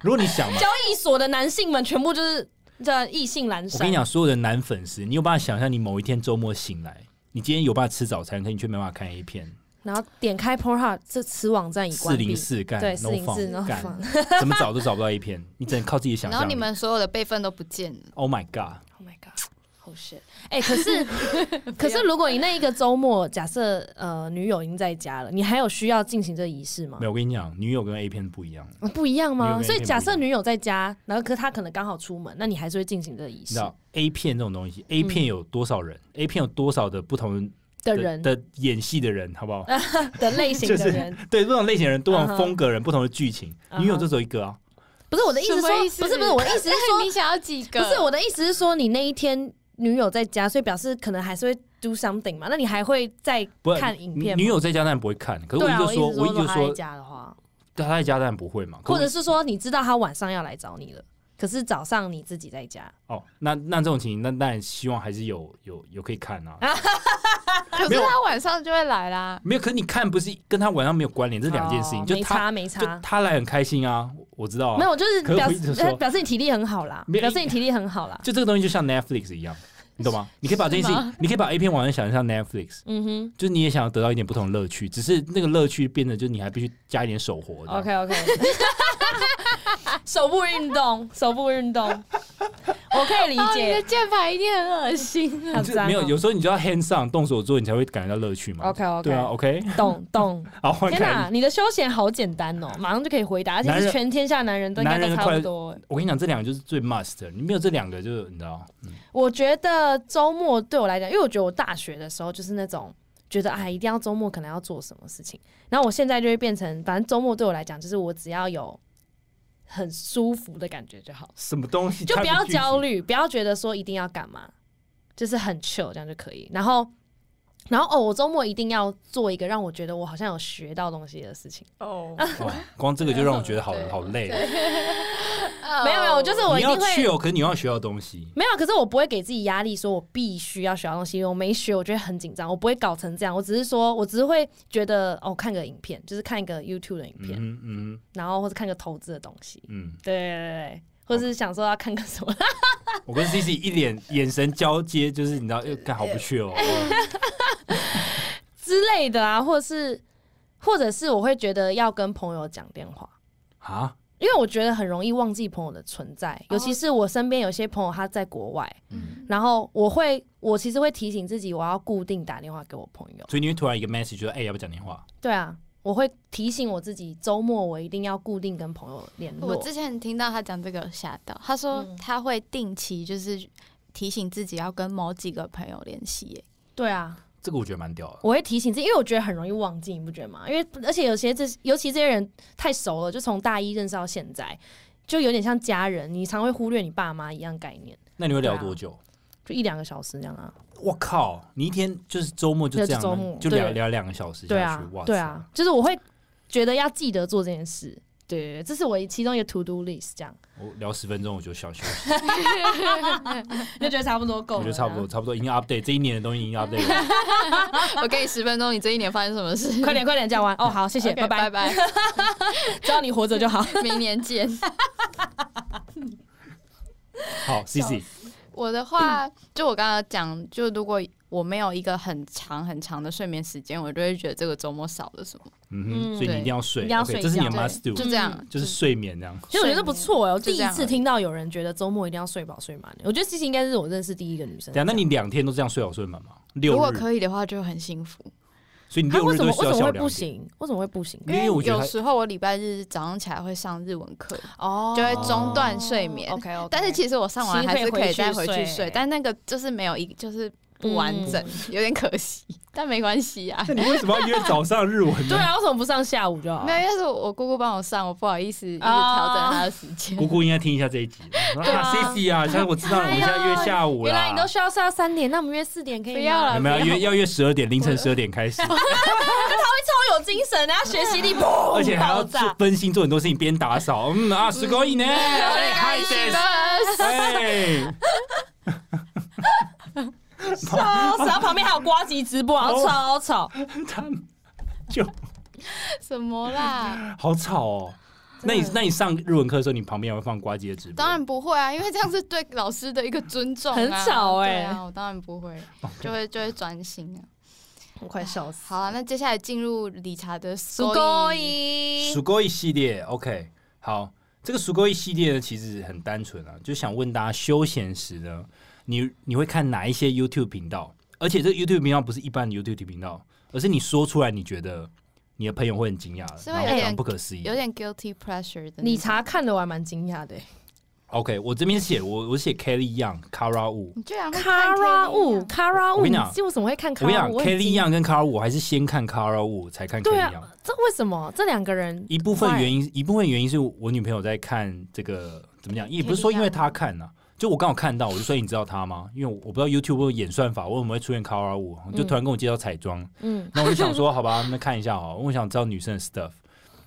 C: 如果你想嘛，
B: 交易所的男性们全部就是叫异性阑
C: 我
B: 珊。
C: 跟你讲，所有的男粉丝，你有办法想象你某一天周末醒来，你今天有办法吃早餐，可你却没办法看 A 片，
B: 然后点开 Pornhub 这此网站已
C: 四
B: 关闭
C: 零。四干
B: 对，
C: no
B: 四零四
C: fun 干
B: 放。
C: 怎么找都找不到 A 片，你只能靠自己想
A: 然
C: 象
A: 后
C: 力。
A: 你们所有的备份都不见了，
C: ，Oh my God，
B: Oh my god，好 shit！哎、可 (laughs) 是可是，如果你那一个周末，假设呃女友已经在家了，你还有需要进行这个仪式吗
C: 没？有，我跟你讲，女友跟 A 片不一样，
B: 啊不一样
C: 女友
B: 吗？
C: 跟
B: 所以
C: A 片
B: 假
C: 不一
B: 设
C: 样
B: 女友在家，然后可她可能刚好出门，那你还是会进行这个仪
C: 你知
B: 式
C: 道 A 片这种东西，A 片有多少人？A 片有多少的不同
B: 嗯的人的
C: 的演戏的人，好不好？
B: 类型
C: 就
B: 的
C: 是
B: 人，
C: 对，不同类型的人，不
B: 嗯
C: 同
B: 哼
C: 风格人，不同的剧情，
B: 嗯哼
C: 女友就只有一个啊。
B: 不是我的意思
A: 什么意
B: 说，
A: 思
B: 不是不是我的意思是
A: 那你想要几个？
B: 说，不是我的意思是说，你那一天女友在家，所以表示可能还是会 do something 嘛？那你还会再
C: 不是
B: 看影片
C: 女
B: 吗？
C: 女友在家当然不会看，可是
B: 对
C: 我
B: 啊，
C: 就
B: 我
C: 说，
B: 意思
C: 我
B: 是
C: 就
B: 说，她在
C: 说，
B: 家的话，
C: 她在家当然不会嘛。
B: 或
C: 可我
B: 者是说你知道她晚上要来找你了，可是早上你自己在家。
C: 哦，那那这种情形，那当然希望还是有有有可以看啊。
A: 可是
C: 没有
A: 他晚上就会来啦。
C: 没有，可是你看不是跟他晚上没有关联，这是两件事情。
B: 哦
C: 就
B: 没
C: 他
B: 差没
C: 就
B: 差，
C: 他来很开心啊，我我知道啊。
B: 没有就是
C: 可是
B: 表
C: 我一直
B: 示 (laughs)
C: 说
B: 表示你体力很好啦，
C: 没有
B: 表示你体力很好啦。
C: 就这个东西就像 Netflix 一样，你懂吗？你可以把这件事情，你可以把 A 片网站想象 Netflix，
B: 嗯
C: 就是你也想要得到一点不同的乐趣，只是那个乐趣变得就是你还必须加一点手活。
B: 哼
C: 这样
B: ，OK OK，手部运动，手部运动，我可以理
C: (laughs)
A: 哦，你的
B: 解。
A: 键盘一定很恶心啊！
B: 好
C: 就
B: 赞哦
C: 没有，有时候你就要 hands on 动手做，你才会感觉到乐趣嘛。
B: OK，OK
C: 对啊，OK，
B: 懂懂，
C: (laughs) 好 (laughs) 换
B: 天哪，
C: 凯
B: 你的休闲好简单
C: (laughs)
B: 哦，马上就可以回答，而且
C: 男
B: 是
C: 人
B: 全天下男人都应该
C: 男
B: 都
C: 人的
B: 差
C: 快
B: 不
C: 乐
B: 多欸。
C: 莉。我跟你讲，这两个就是最 must，的你没有这两个就是你知道，
B: 我觉得周末对我来讲，因为我觉得我大学的时候就是那种觉得哎，一定要周末可能要做什么事情，然后我现在就会变成，反正周末对我来讲，就是我只要有很舒服的感觉就好，
C: 什么东西
B: 就不要焦
C: 虑。
B: 虑，不要觉得说一定要干嘛，就是很 chill 这样就可以。然后，然后哦，我周末一定要做一个让我觉得我好像有学到东西的事情。
A: (laughs) 哦，
C: 哦
B: (laughs)
C: 光这个就让我觉得好
A: 对
C: 好累。
B: 没有没有，就是我
C: 你
B: 一定
C: 要
B: 会
C: 去哦，可是你要学到东西。
B: 没有，可是我不会给自己压力，说我必须要学到东西。我没学，我觉得很紧张，我不会搞成这样。我只是说，我只是会觉得哦，看个影片，就是看一个 YouTube 的影
C: 嗯
B: 片，
C: 哼嗯
B: 然后或者看个投资的东西，
C: 哼
B: 对对对对，或者是想说要看个什么。
C: 嗯，我跟 C C 一脸眼神交接，就是你知道，又干好不去哦。 (laughs)
B: 之类的啊，或者是，或者是我会觉得要跟朋友讲电话，
C: 啊，
B: 因为我觉得很容易忘记朋友的存在，尤
C: 哦
B: 其是我身边有些朋友他在国外，
A: 嗯
B: 然后我会，我其实会提醒自己，我要固定打电话给我朋友。
C: 所以你会突然一个 message 说，哎、要不要讲电话？
B: 对啊，我会提醒我自己，周末我一定要固定跟朋友联络。
A: 我之前听到他讲这个吓到，他说
B: 嗯
A: 他会定期就是提醒自己要跟某几个朋友联系耶。
B: 对啊，
C: 这个我觉得蛮屌的。
B: 我会提醒自己，因为我觉得很容易忘记，你不觉得吗？因为而且有些这，尤其这些人太熟了，就从大一认识到现在，就有点像家人，你常会忽略你爸妈一样概念，
C: 那你会聊多
B: 啊
C: 久？
B: 就一两个小时这样啊。
C: 我靠，你一天就是周末就这样
B: 那就周末
C: 吗，就聊
B: 对
C: 聊两个小时
B: 对
C: 下去
B: 啊，，
C: 哇塞！
B: 对啊，就是我会觉得要记得做这件事。对对对，这是我其中一个 to do list，这样
C: 我聊十分钟我就想
B: (laughs)
C: 休息，
B: 就觉得差不多够
C: 我
B: 了。
C: 觉得差不多，，差不多已经 update 这一年的东西已经 update
A: (laughs)
C: 了。
A: 我给你十分钟，你这一年发生什 (laughs) 么事？
B: 快点快点讲完哦，好，谢
A: 谢
B: 谢，拜拜，
A: 拜
B: 只要你活着就好。
A: 拜， (laughs) 明年见。
C: 好，C C，
A: 我的话，就我刚刚讲，就如果我没有一个很长很长的睡眠时间，我就会觉得这个周末少了什么。
C: 嗯
B: 嗯
C: 哼，所以你一定要睡
B: 一定要
C: OK，
B: 睡
C: 这是你的
B: 觉
C: must
A: 就
C: do，
A: 这样
B: 嗯，
C: 就是睡眠这样。
B: 其实我觉得不错哎、我
A: 就
B: 第
A: 这
B: 一
A: 样
B: 次听到有人觉得周末一定要睡饱睡满、我觉得西西应该是我认识第一个女生
C: 对
B: 这
C: 啊，
B: 样。
C: 那你两天都这样睡好睡满吗？六
A: 如果
C: 日，
A: 可以的话，就很幸福。
C: 所以你
B: 他
C: 六
B: 啊为
C: 日
B: 什么
C: 都
B: 为什
C: 需要
B: 么
C: 笑
B: 会
C: 两
B: 不
C: 天。
B: 行？为什么会不行？
C: 因为我觉得
A: 有
C: 他
A: 时候我礼拜日早上起来会上日文课，
B: 哦
A: 就会中断睡眠。
B: OK 哦 OK，
A: 但是其实我上完还是可以再回
B: 其实可以
A: 去
B: 回去睡
A: 睡，但那个就是没有一就是不完整，有点可惜，但没关系啊。
C: 那你为什么要约早上日文
B: 对
C: 呢？
B: 啊，为什么不上下午就好？
A: 没有，要是我姑姑帮我上，我不好意思一直调整她的时间。
C: 姑姑应该听一下这一集。啊，Cici 啊，现在我知道了我们现在约下午
B: 哎原来你都
C: 啦。
B: 需要睡到三点，那我们约四点可以吗？
A: 不要了
C: 有啊没有约要约十二点，凌晨十二
B: (laughs)
C: 点开始，
B: 超有精神啊，学习力砰
C: 而且还要
B: 爆炸
C: 分心做很多事情，边打扫。嗯啊，すごいね。哎嗨
A: 的，
C: 哎，
B: 超吵，然后旁边还有瓜吉直播，然后超吵。
C: 他们就
A: 什么啦？
C: 好吵哦。那你那你上日文课的时候，你旁边还会放瓜机的直播？
A: 当然不会啊，因为这样是对老师的一个尊重、啊。
B: 很吵欸
A: 对啊，我当然不会，就会就会专心啊。
B: 我快笑死！
A: 好啊，那接下来进入理查的
B: 足够一
C: 鼠钩一系列，OK，好，这个鼠钩一系列呢，其实很单纯啊，就想问大家，休闲时呢，你你会看哪一些 YouTube 频道？而且这个 YouTube 频道不是一般的 YouTube 频道，而是你说出来，你觉得你的朋友会很惊讶的，
A: 是会
C: 然后
A: 有
C: 非
A: 点
C: 常不可思议。
A: 有点 guilty pressure 的那种。
B: 理查看的我还蛮惊讶的欸。
C: OK，我这边写我我写 Kelly Young、Kara Wu，
A: 你居然会看
B: Kara
A: Kelly
B: 雾
A: 啊
B: ，Kara
C: 我
B: 雾，
C: 跟
B: 你
C: 你讲
B: 为什么会看
C: 我跟你
B: Kara
C: 讲
B: 雾
C: ，Kelly Young 跟 Kara Wu，我还是先看 Kara Wu 才看
B: 对
C: Kelly Young。
B: 啊，这为什么？这两个人
C: 一部分原因，一部分原因是我女朋友在看这个，怎么讲？也不是说因为
B: 啊
C: 她看呐、就我刚好看到，我就说你知道她吗？因为我我不知道 YouTube 演算法为什么会出现 c o r 五，就突然跟我介绍彩妆，
B: 嗯，
C: 那我就想说，好吧，那看一下哦，我想知道女生的 stuff，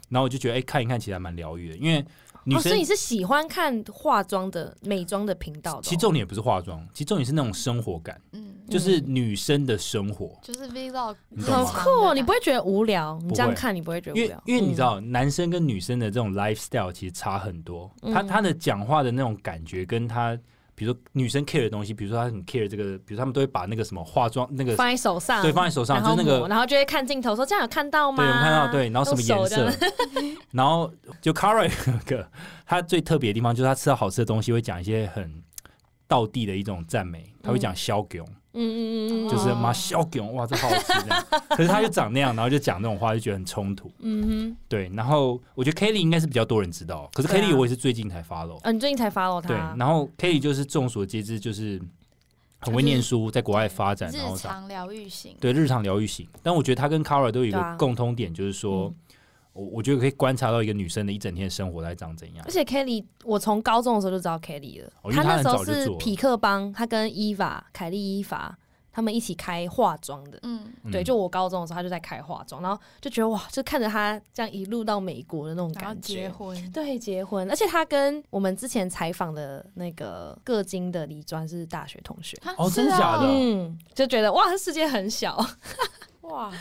C: 然后我就觉得，哎、看一看其实还蛮疗愈的，因为女
B: 哦，所
C: 生、
B: 以你是喜欢看化妆的、美妆的频道的哦？
C: 其实重点也不是化妆，其实重点是那种生活感，
A: 嗯，
C: 就是女生的生活。
A: 就是 vlog，
C: 你懂
B: 好
C: 吗
B: 酷哦！你不会觉得无聊？你这样看，你不会觉得
C: 因
B: 无
C: 为
B: 聊？
C: 因为你知
B: 嗯，
C: 道，男生跟女生的这种 lifestyle 其实差很多。
B: 嗯
C: 他他的讲话的那种感觉，跟他比如说女生 care 的东西，比如说他很 care 这个，比如他们都会把那个什么化妆那个
B: 放在手上，
C: 对放在手上，
B: 然
C: 就
B: 后
C: 是那
B: 抹
C: 个
B: 然后就会看镜头说这样有看到吗？
C: 对我们看到对，然后什么颜
B: 用手 (laughs)
C: 色，然后就 Cara 有一个他最特别的地方就是他吃到好吃的东西会讲一些很道地的一种赞美，他会讲小囧，
B: 嗯嗯嗯嗯，
C: 就是妈
A: 哦
C: 小囧哇这好好吃
B: (laughs)
C: 这样，可是他就长那样，然后就讲那种话就觉得很冲突。
B: 嗯
C: 对，然后我觉得 Kelly 应该是比较多人知道，可是
B: 对啊
C: Kelly 我也是最近才 follow、
B: 哼，啊，你最近才 follow
C: 对，
B: 他，
C: 然后 Kelly 就是众所皆知，就是很会念书，在国外发展，然后
A: 日
C: 啥
A: 常疗愈型，
C: 对日常疗愈型。但我觉得他跟 Kara 都有一
B: 对啊嗯
C: 个共通点，就是说，我我觉得可以观察到一个女生的一整天的生活在长怎样
B: 而。且 Kelly，我从高中的时候就知道 Kelly 了，
C: 哦因
B: 她
C: 为她
B: 那
C: 很
B: 时候
C: 早就是做了
B: 匹克帮，她跟伊娃、凯莉、伊娃他们一起开化妆的。
A: 嗯，
C: 嗯
B: 对，就我高中的时候，她就在开化妆，然后就觉得哇，就看着她这样一路到美国的那种
A: 然后
B: 感
A: 结
B: 觉。
A: 婚，
B: 对，结婚，而且她跟我们之前采访的那个各金的李专是大学同学，
A: 哈
C: 哦
A: 是
C: 真的假
A: 啊
C: 的
B: 嗯，就觉得哇，世界很小，
A: 哇，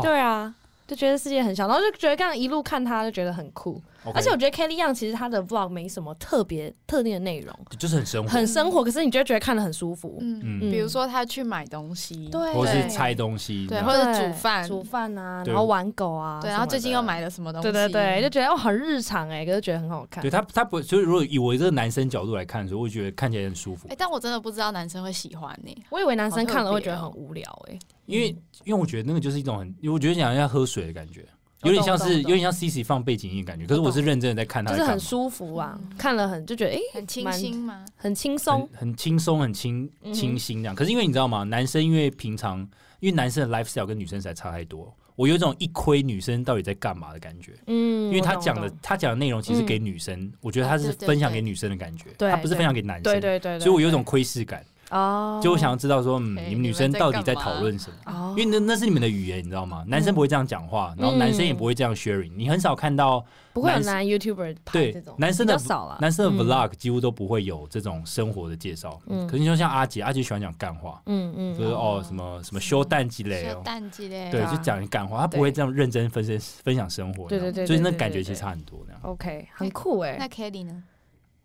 B: (laughs) 对啊，就觉得世界很小，然后就觉得这样一路看她就觉得很酷，
C: OK，
B: 而且我觉得 Kelly Young 其实她的 vlog 没什么特别特定的内容，
C: 就是很生活，
B: 很生活，可是你就会觉得看得很舒服。
A: 嗯，
C: 嗯，
A: 比如说他去买东西，
B: 对
C: 或是
A: 对
C: 拆东西，
A: 对
C: 然
A: 或
C: 后
A: 者
B: 对
A: 煮饭
B: 煮饭啊，
C: 对
B: 然后玩狗啊，
A: 对，然后最近
B: 什
A: 又
B: 么的
A: 买了什么东西，
B: 对对对，就，觉得哦很日常哎、可是觉得很好看
C: 对。他他不，所以如果以我这个男生角度来看的时候，我会觉得看起来很舒服
A: 哎，，但我真的不知道男生会喜欢你，
B: 我以为男生看
A: 好
B: 了
A: 特
B: 会
A: 别
B: 觉
A: 哦
B: 得很无聊哎、
C: 因为因为我觉得那个就是一种很，因为我觉得想要喝水的感觉，
B: 我懂
C: 有点像
B: 我哦懂
C: 是
B: 我
C: 有
B: 懂
C: 点像 CC 放背景音的感觉。可是我是认真的在看他
B: 就
C: 在
B: 是
C: 干
B: 很
C: 嘛，
B: 舒服啊，
A: 嗯
B: 看了很就觉得哎、
A: 很清
B: 蛮
A: 新吗？
B: 很轻
C: 很
B: 松。
C: 很轻松、很清
B: 嗯哼
C: 清新这样。可是因为你知道吗？男生因为平常因为男生的 lifestyle 跟女生实在差太多，我有一种一窥女生到底在干嘛的感觉。
B: 嗯，
C: 因为他
B: 我懂
C: 讲的
B: 我懂嗯哦
C: 他讲的内容其实给女生，我觉得他是
A: 啊对对
C: 分享给女生的感觉，
B: 对
C: 他不是分享给男生。
B: 对对对对，
C: 所以我有一
B: 对
C: 种窥视感，
B: 哦，
C: 就我想要知道说，嗯，
A: 哎
C: 你们女生到底在讨论什么？
B: 哦
C: 因，为那那是你们的语言，你知道吗？
B: 嗯
C: 男生不会这样讲话，然后男生也不会这样 sharing，你很少看到
B: 不会有
C: 男生
B: 男 YouTuber 拍这
C: 对
B: 种，
C: 男生
B: 比
C: 的
B: 较少了，
C: 男生的
B: 嗯
C: vlog 几乎都不会有这种生活的介绍。
B: 嗯
C: 可是你说像阿杰，阿杰喜欢讲干话，
B: 嗯嗯
C: 就是哦什么什么休蛋积累
A: 是
C: 哦，
A: 淡季嘞，
C: 对，
B: 啊
C: 就讲干话，他不会这样认真分身分享生活，
B: 对对
C: 你知
B: 对对
C: 道吗所以那
B: 对对
C: 感觉
B: 对
C: 其实差很多那样。
B: OK，很酷哎、
A: 那 Kelly 呢？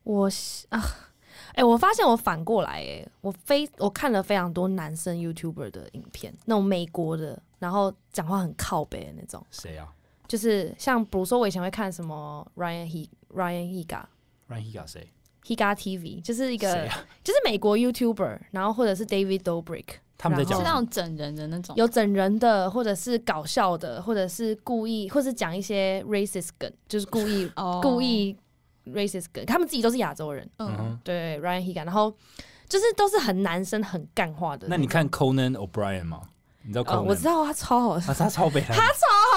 B: 我是啊，哎、哎、我发现我反过来、哎，我非我看了非常多男生 YouTuber 的影片，那种美国的，然后讲话很靠北的那种，
C: 谁啊
B: 就是像比如说我以前会看什么 Ryan He Ryan Higa
C: ？Ryan Higa 谁？
B: Higa TV，就是一个、
C: 谁啊？
B: 就是美国 YouTuber，然后或者是 David Dobrik，
C: 他们在
A: 是
C: 讲
A: 那
C: 什么
A: 种整人的那种，
B: 有整人的，或者是搞笑的，或者是故意，或是讲一些 racist 梗，就是故
C: (laughs)
B: 意、
A: 哦
B: 故意 racist 梗。他们自己都是亚洲人，
C: 嗯哼。
B: 对 Ryan Higa，然后就是都是很男生很干话的。
C: 那你看 Conan O'Brien 吗？你知道
B: 哦，我
C: Conan？
B: 知
C: 吗
B: 道他超好笑，
C: 啊，他超北他超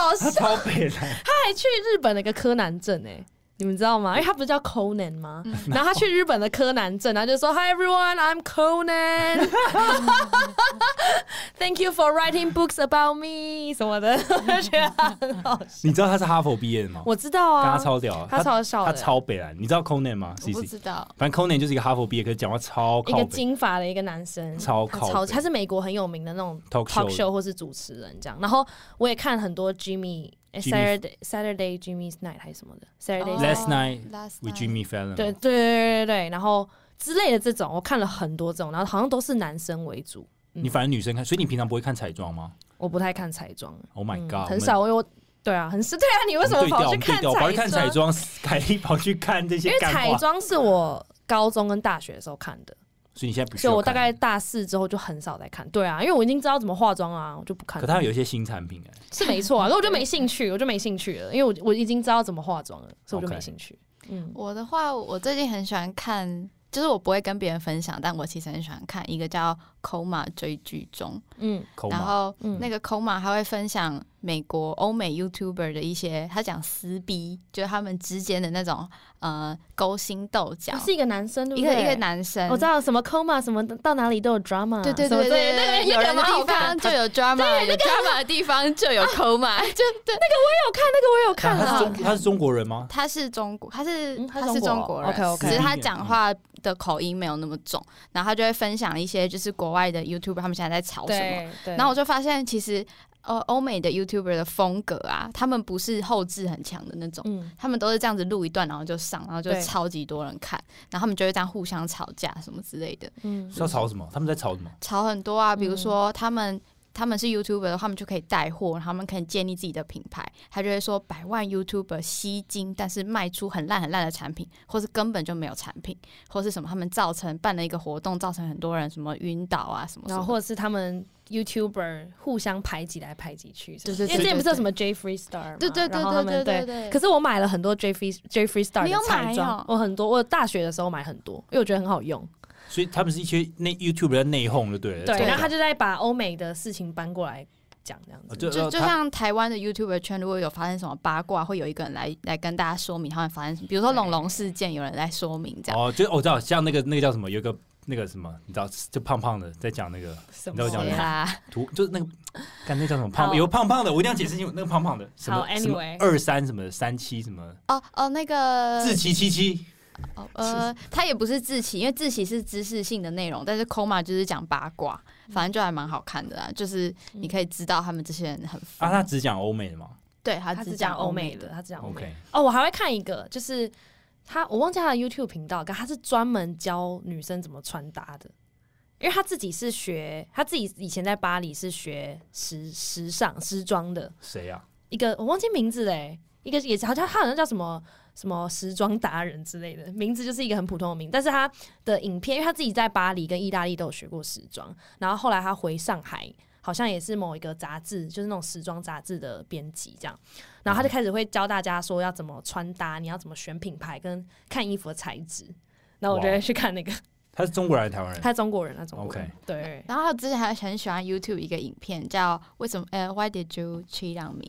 B: 好
C: 他
B: 笑，
C: 超北
B: (laughs)
C: 蓝，
B: 他还去日本的一个柯南镇哎、你们知道吗？因为他不是叫 Conan 吗？
C: 嗯
B: 然后他去日本的柯南镇，然后就说 Hi everyone, I'm Conan. (laughs) Thank you for writing books about me 什么的，我就觉得他很好笑。
C: 你知道他是哈佛毕业的吗？
B: 我知道
C: 嗯跟
B: 啊，
C: 他超屌啊，
B: 他超好笑的
C: 他超北蓝。你知道 Conan 吗
A: 我不
C: ？CC，
A: 知道。
C: 反正 Conan 就是一个哈佛毕业，可是讲话超
B: 一
C: 靠
B: 个
C: 北，
B: 金发的一个男生，
C: 超
B: 他
C: 靠北
B: 超他是美国很有名的那种
C: talk
B: talk
C: show
B: show 或是主持人这样。然后我也看很多 Jimmy 哎
C: Jimmy-
B: Saturday Saturday Jimmy's Night 还是什么的 Saturday
A: 哦
B: Night
C: Last night
A: Last
C: with
A: night
C: Jimmy Fallon，
B: 对对对对对，然后之类的这种，我看了很多这种，然后好像都是男生为主，
C: 你反正女生看，所以你平常不会看彩妆吗
B: 我不太看彩妆，
C: ？Oh my
B: 嗯
C: god，
B: 很少，因为我对啊，很是对啊，你为
C: 我
B: 什
C: 们。
B: 么
C: 我们对
B: 跑
C: 调，
B: 去
C: 我
B: 看
C: 们对调，我跑去看
B: 彩
C: 彩？妆，凯莉跑去看这
B: 因
C: 些
B: 为
C: 干
B: 彩
C: 话，
B: 妆是我高中跟大学的时候看的，
C: 所以你现在不需
B: 所以
C: 要
B: 我大
C: 看
B: 概，大四之后就很少再看。对啊，因为我已经知道怎么化妆啊，我就不看
C: 可
B: 了。
C: 他有一些新产品哎，
B: 是没
C: (laughs)
B: 错啊，可我就没兴趣，我就没兴趣了，因为我我已经知道怎么化妆了，所以我就没兴趣。嗯，
A: 我的话，我最近很喜欢看，就是我不会跟别人分享，但我其实很喜欢看一个叫《Coma》追剧中，
B: 嗯，
C: 口
A: 然
C: 码
A: 后
B: 嗯
A: 那个 Coma 还会分享美国、欧美 YouTuber 的一些，他讲撕逼，就是他们之间的那种呃勾心斗角
B: 他，是一个男生，对不
A: 一个
B: 对
A: 一个，男生，
B: 我知道什么 coma 什么的到哪里都有 drama，
A: 对对
B: 什么
A: 对
B: 之
A: 对对，
B: 类的那个也
A: 有人
B: 蛮
A: 的
B: 好
A: 地方
B: 看
A: 就有 drama，有 drama 的地方就有 Coma，就
B: (laughs)
A: 对。
B: 有看那个我有看
C: 他是
A: 了
C: 中他是中国人吗？
A: 他是中国，他是、
B: 嗯他
A: 他
B: 是
A: 是
B: 中
A: 中
B: 国
A: 国
B: 哦
A: 人，
B: OK，OK
A: 只是他讲话的口音没有那么重，然后他就会分享一些就是国外的 YouTuber 他们现在在吵什么，
B: 对对，
A: 然后我就发现其实呃欧美的 YouTuber 的风格啊，他们不是后置很强的那种。
B: 嗯，
A: 他们都是这样子录一段，然后就上，然后就
B: 对
A: 超级多人看，然后他们就会这样互相吵架什么之类的，
B: 嗯
C: 是要吵什么？他们在吵什么？
A: 吵很多啊。比如说他们、他们是 YouTuber，的话他们就可以带货，他们可以建立自己的品牌。他就会说百万 YouTuber 吸金，但是卖出很烂很烂的产品，或是根本就没有产品，或是什么他们造成办了一个活动，造成很多人什么晕倒啊什么什
B: 然后
A: 么。
B: 或者是他们 YouTuber 互相排挤来排挤去，
A: 对对
B: 因
A: 对
B: 为之前不是
A: 对
B: 有什么 J Free Star，嘛
A: 对对对
B: 然后他
A: 对
B: 们
A: 对对对。
B: 可是我买了很多 J Free J Free Star
A: 你有
B: 的彩
A: 买
B: 妆
A: 哦，
B: 我很多，我大学的时候买很多，因为我觉得很好用。
C: 所以他们是一些内 YouTube 在内讧，就对了。
B: 对，
C: 在
B: 然后他
C: 吵
B: 就在把欧美的事情搬过来讲，这样
C: 哦
B: 子。
C: 就
A: 就就
C: 他
A: 像台湾的 YouTuber 圈，如果有发生什么八卦，会有一个人来来跟大家说明他们发生什么，比如说龙龙事件，有人来说明这样。
C: 哦，就哦我知道，像那个那个叫什么，有一个那个什么，你知道，就胖胖的在讲那个
B: 什
C: 你知道
A: 对啊
C: 我讲
B: 呀
A: 啦，
C: 图，就是那个，看那叫什么
B: 好
C: 胖，有胖胖的，我一定要解释清楚，那个胖胖的什么
B: 好
C: 什么
B: anyway 呃
C: 二三什么的三七什么
A: 哦哦，那个
C: 自欺欺欺，
A: 哦，呃，它也不是自习，因为自习是知识性的内容，但是 Koma 就是讲八卦，
B: 嗯
A: 反正就还蛮好看的啦。就是你可以知道他们这些人很
C: 啊，
A: 疯，
C: 他只讲欧美的嘛
A: 对他
B: 嗯他
A: 只
B: 只讲欧
A: 欧
B: 美的，
A: 的，
B: 他只讲欧美的。
C: ，OK，
B: 哦，我还会看一个，就是他，我忘记他的 YouTube 频道，可他是专门教女生怎么穿搭的，因为他自己是学，他自己以前在巴黎是学时时尚时装的
C: 谁啊呀？
B: 一个，我忘记名字嘞、一个也好像他好像叫什么什么时装达人之类的名字，就是一个很普通的名，但是他的影片，因为他自己在巴黎跟意大利都有学过时装，然后后来他回上海。好像也是某一个杂志，就是那种时装杂志的编辑这样，然后他就开始会教大家说要怎么穿搭，你要怎么选品牌跟看衣服的材质。然后我就
C: 哇
B: 会去看那个，
C: 他是中国人还是台湾人？
B: 他中国人，他中国人
C: OK
B: 对，
A: 然后我之前还很喜欢 YouTube 一个影片叫《为什么呃 Why did you cheat on me》，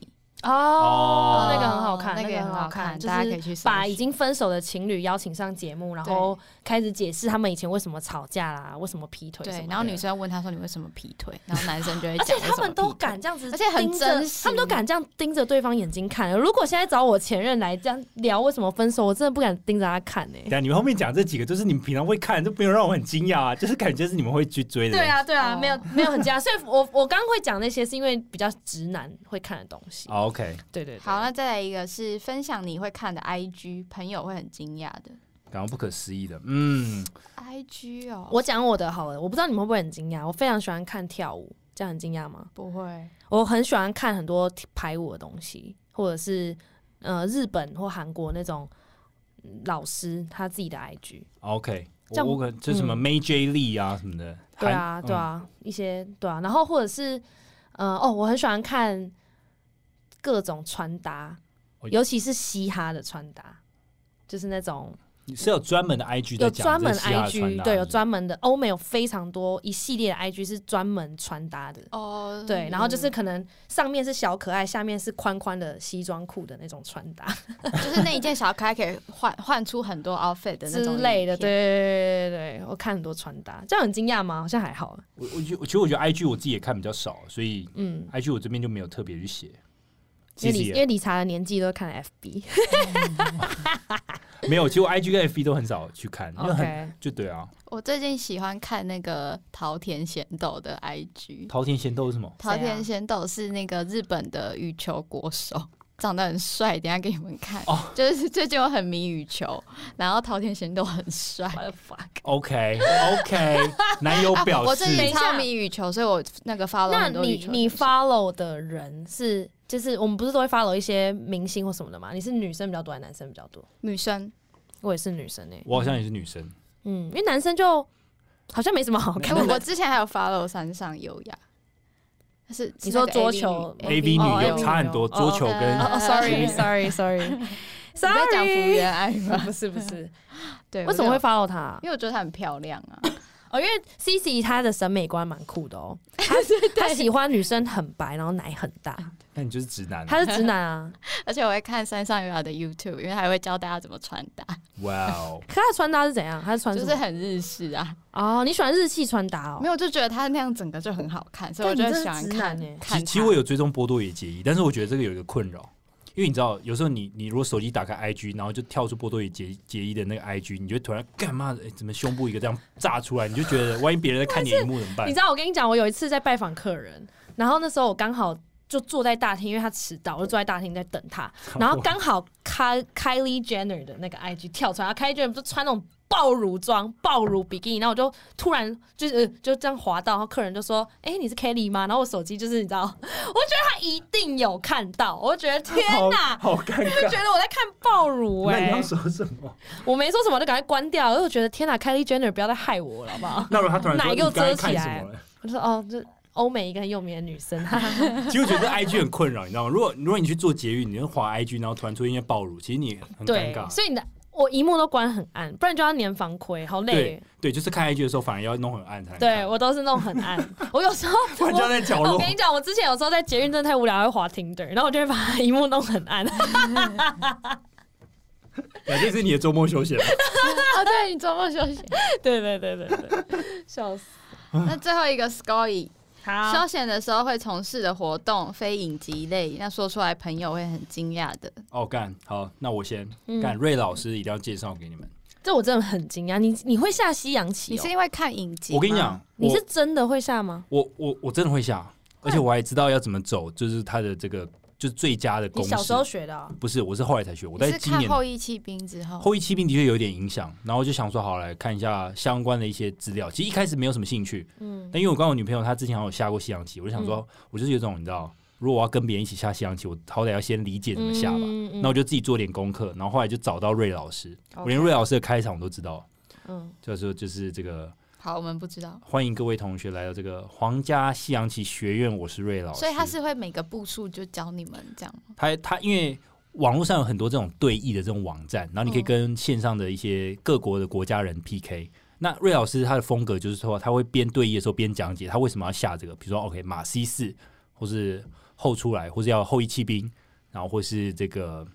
C: 哦
B: 那个很好看，
A: 那
B: 那
A: 个
B: 个
A: 也
B: 很
A: 很
B: 好
A: 好
B: 看，
A: 看，
B: 就
A: 大家可以
B: 是
A: 去搜
B: 把
A: 寻
B: 已经分手的情侣邀请上节目，然后开始解释他们以前为什么吵架啦，为什么劈腿什么
A: 对
B: 的，，
A: 然后女生问他说你为什么劈腿，然后男生就会
B: (laughs) 而且
A: 讲，
B: 他们都敢这样子盯
A: 而
B: 着，
A: 且很真实
B: 他们都敢这样盯着对方眼睛看。如果现在找我前任来这样聊为什么分手，我真的不敢盯着他看欸呢、
C: 等一下你们后面讲这几个都是你们平常会看，都不用让我很惊讶啊，就是感觉是你们会去追的。
B: 对，啊，对啊，
A: 哦
B: 没有没有很 (laughs) 加，所以我我刚刚会讲那些是因为比较直男会看的东西。
C: 哦 OK，
B: 对对对，
A: 好，那再来一个是分享你会看的 IG，朋友会很惊讶的。
C: 感到不可思议的，嗯，
A: IG 哦，
B: 我讲我的好了，我不知道你们会不会很惊讶，我非常喜欢看跳舞，这样很惊讶吗？
A: 不会，
B: 我很喜欢看很多排舞的东西，或者是呃日本或韩国那种老师他自己的 IG，
C: OK，
B: 这样
C: 我
B: 嗯
C: 我可就什么 May J Lee 啊什么的，
B: 对
C: 韩嗯
B: 啊对，啊、一些对啊，然后或者是呃哦，我很喜欢看各种穿搭
C: 哦，
B: 尤其是嘻哈的穿搭，就是那种
C: 嗯是有专门的 IG 在
B: 有
C: 讲
B: 专门
C: 这西亚的穿
B: IG
C: 搭
B: 对
C: 的
B: 有专门的欧美有非常多一系列的 IG 是专门穿搭的。
A: 哦，
B: 对，然后就是可能上面是小可爱，下面是宽宽的西装裤的那种穿搭，
A: 就是那一件小可爱可以换 (laughs) 换出很多 outfit 的那
B: 之
A: 种
B: 类的，
A: 影
B: 对
A: 片，
B: 对对对对，我看很多穿搭，这样很惊讶吗？好像还好，
C: 我我觉得其实我觉得 IG 我自己也看比较少，所以
B: 嗯，
C: IG 我这边就没有特别去写。
B: 因
C: 其
B: 为
C: 实
B: 理因为
C: 也
B: 理查的年纪都看
C: (laughs)
B: FB
C: 没有，其实我 IG 跟 FB 都很少去看，因为很
B: ，OK，
C: 就对啊。
A: 我最近喜欢看那个桃田贤斗的 IG，
C: 滔天仙豆是什么？
A: 桃田贤斗是那个日本的羽球国手，长得很帅，等一下给你们看。
C: 哦
A: 就是最近我很迷羽球，然后桃田贤斗很帅。
B: (laughs)
C: OK OK，男友
A: 啊、
C: 表
A: 我
C: 示
A: 最
B: 等一
A: 近
B: 下
A: 超迷羽球，所以我那个 follow
B: 那
A: 很多羽
B: 你
A: 球
B: 你
A: 选手
B: follow 的人是就是我们不是都会 follow 一些明星或什么的嘛？你是女生比较多还是男生比较多？
A: 女生
B: 我也是女生诶、欸
C: 我好像也是女生，
B: 嗯，因为男生就好像没什么好
A: 哎、
B: 看
A: 我
B: 的。
A: 我之前还有 follow 山上优雅，但是
B: 你说桌球
C: AV 女
B: 优
C: 友差很多，
B: 哦
C: 桌球跟
A: (laughs) 哦
B: (laughs) 哦、s o r r y sorry (laughs) sorry
A: 在讲福
B: sorry，
A: (laughs) 原爱吗？
B: (laughs) 不是不是，
A: 对，
B: 为什么会
A: 我就？
B: follow 他啊？
A: 因为我觉得她很漂亮啊， (coughs)
B: 哦，因为 C C 她的审美观蛮酷
A: (laughs)
B: 的哦，她她喜欢女生很白，然后奶很大，
A: 嗯
C: 那你就是直男。
B: 她是直男
A: (laughs)
B: 啊。
A: 而且我会看山上优雅的 YouTube，因为还会教大家怎么穿搭，
C: 哇哦，
B: 可她的穿搭是怎样？她是穿
A: 就
B: 什
A: 是
B: 么？
A: 很日式啊。
B: 哦，你喜欢日系穿搭
A: 没
B: 哦？
A: 有，就觉得她那样整个就很好看，所以我就
B: 但你
A: 喜
B: 真的
A: 欢
B: 直
A: 看
B: 男欸
C: 其
A: 看她。
C: 实其实我有追踪波多野结衣，但是我觉得这个有一个困扰，因为你知道，有时候你你如果手机打开 IG，然后就跳出波多野结结衣的那个 IG，你就突然干嘛？诶怎么胸部一个这样炸出来？你就觉得万一别人在看你荧幕怎么办
B: 你？知道我跟你讲，我有一次在拜访客人，然后那时候我刚好就坐在大厅，因为她迟到，我就坐在大厅在等她，然
C: (laughs)
B: 后刚好开 Kylie Jenner 的那个 IG 跳出来，然后 Kylie Jenner 不是穿那种爆乳装、爆乳比基尼，然后我就突然就是、呃就这样滑到，然后客人就说：“哎、你是 Kelly 吗？”然后我手机就是你知道，我觉得他一定有看到，我觉得天哪，
C: 好尴
B: 就觉
C: 尬。
B: 得我在看爆乳
C: 那
B: 哎、
C: 你要说什么？
B: 我没说什么，就赶快关掉，因为我觉得天哪，Kylie Jenner 不要再害我了，好不
C: (laughs)
B: 好？
C: 那如果他突然
B: 哪
C: 说哎
B: 一
C: 你
B: 个
C: 刚才
B: 遮
C: 看
B: 起
C: 什
B: 来
C: 么了？
B: 我就说哦，这欧美一个很有名的女生，哈哈
C: 其实我觉得 IG 很困扰，你知道吗？如果如果你去做捷运，你就滑 IG，然后突然出现一些暴乳，其实你很尴
B: 对，
C: 尬。
B: 所以你的我荧幕都关很暗，不然就要粘防窥，好累
C: 对。对，就是看 IG 的时候，反而要弄很暗才能
B: 对
C: (laughs) 看，
B: 我都是弄很暗，我有时候
C: 不然就在角
B: 我
C: 落
B: 跟。你讲，我之前有时候在捷运真的太无聊，还会滑 Tinder，然后我就会把荧幕弄很暗。
C: (laughs)
B: (laughs)
C: 那这是你的周末休闲吗。
A: 啊，对你周末 (laughs) 休息。
B: 对对对对对，笑死。
A: 那最后一个 Scory，
B: 好
A: 休，闲的时候会从事的活动非影集类，那说出来朋友会很惊讶的。
C: 哦，干好，那我先
B: 嗯
C: 干。瑞老师一定要介绍给你们。
B: 这我真的很惊讶，你你会下西洋棋、
A: 你
B: 哦？
A: 是因为看影集？
C: 我跟你讲，，
B: 你
C: 我
B: 是真的会下吗？
C: 我我我真的会下，而且我还知道要怎么走，就是他的这个就是最佳的
B: 你
C: 公式
B: 小。时候学的、啊？
C: 不是，我是后来才学，我
A: 你是
C: 在今
A: 看
C: 年
A: 《后羿弃兵》之后，
C: 后羿骑兵的确有点影响，然后就想说好来看一下相关的一些资料。其实一开始没有什么兴趣，
B: 嗯，
C: 但因为我跟我女朋友她之前好像有下过西洋棋，我就想说，我就是有种你知道，如果我要跟别人一起下西洋棋，我好歹要先理解怎么下吧。
B: 嗯嗯
C: 那我就自己做点功课，然后后来就找到瑞老师，我
B: OK
C: 连瑞老师的开场我都知道，
B: 嗯，
C: 就是说就是这个
A: 好，我们不知道，
C: 欢迎各位同学来到这个皇家西洋棋学院，我是瑞老师。
A: 所以哦他是会每个步数就教你们这样吗？
C: 他他因为网络上有很多这种对弈的这种网站，然后你可以跟线上的一些各国的国家人 PK。那瑞老师他的风格就是说，他会边对弈的时候边讲解他为什么要下这个，比如说 OK 马 C 四，或是后出来，或是要后羿弃兵，然后或是这个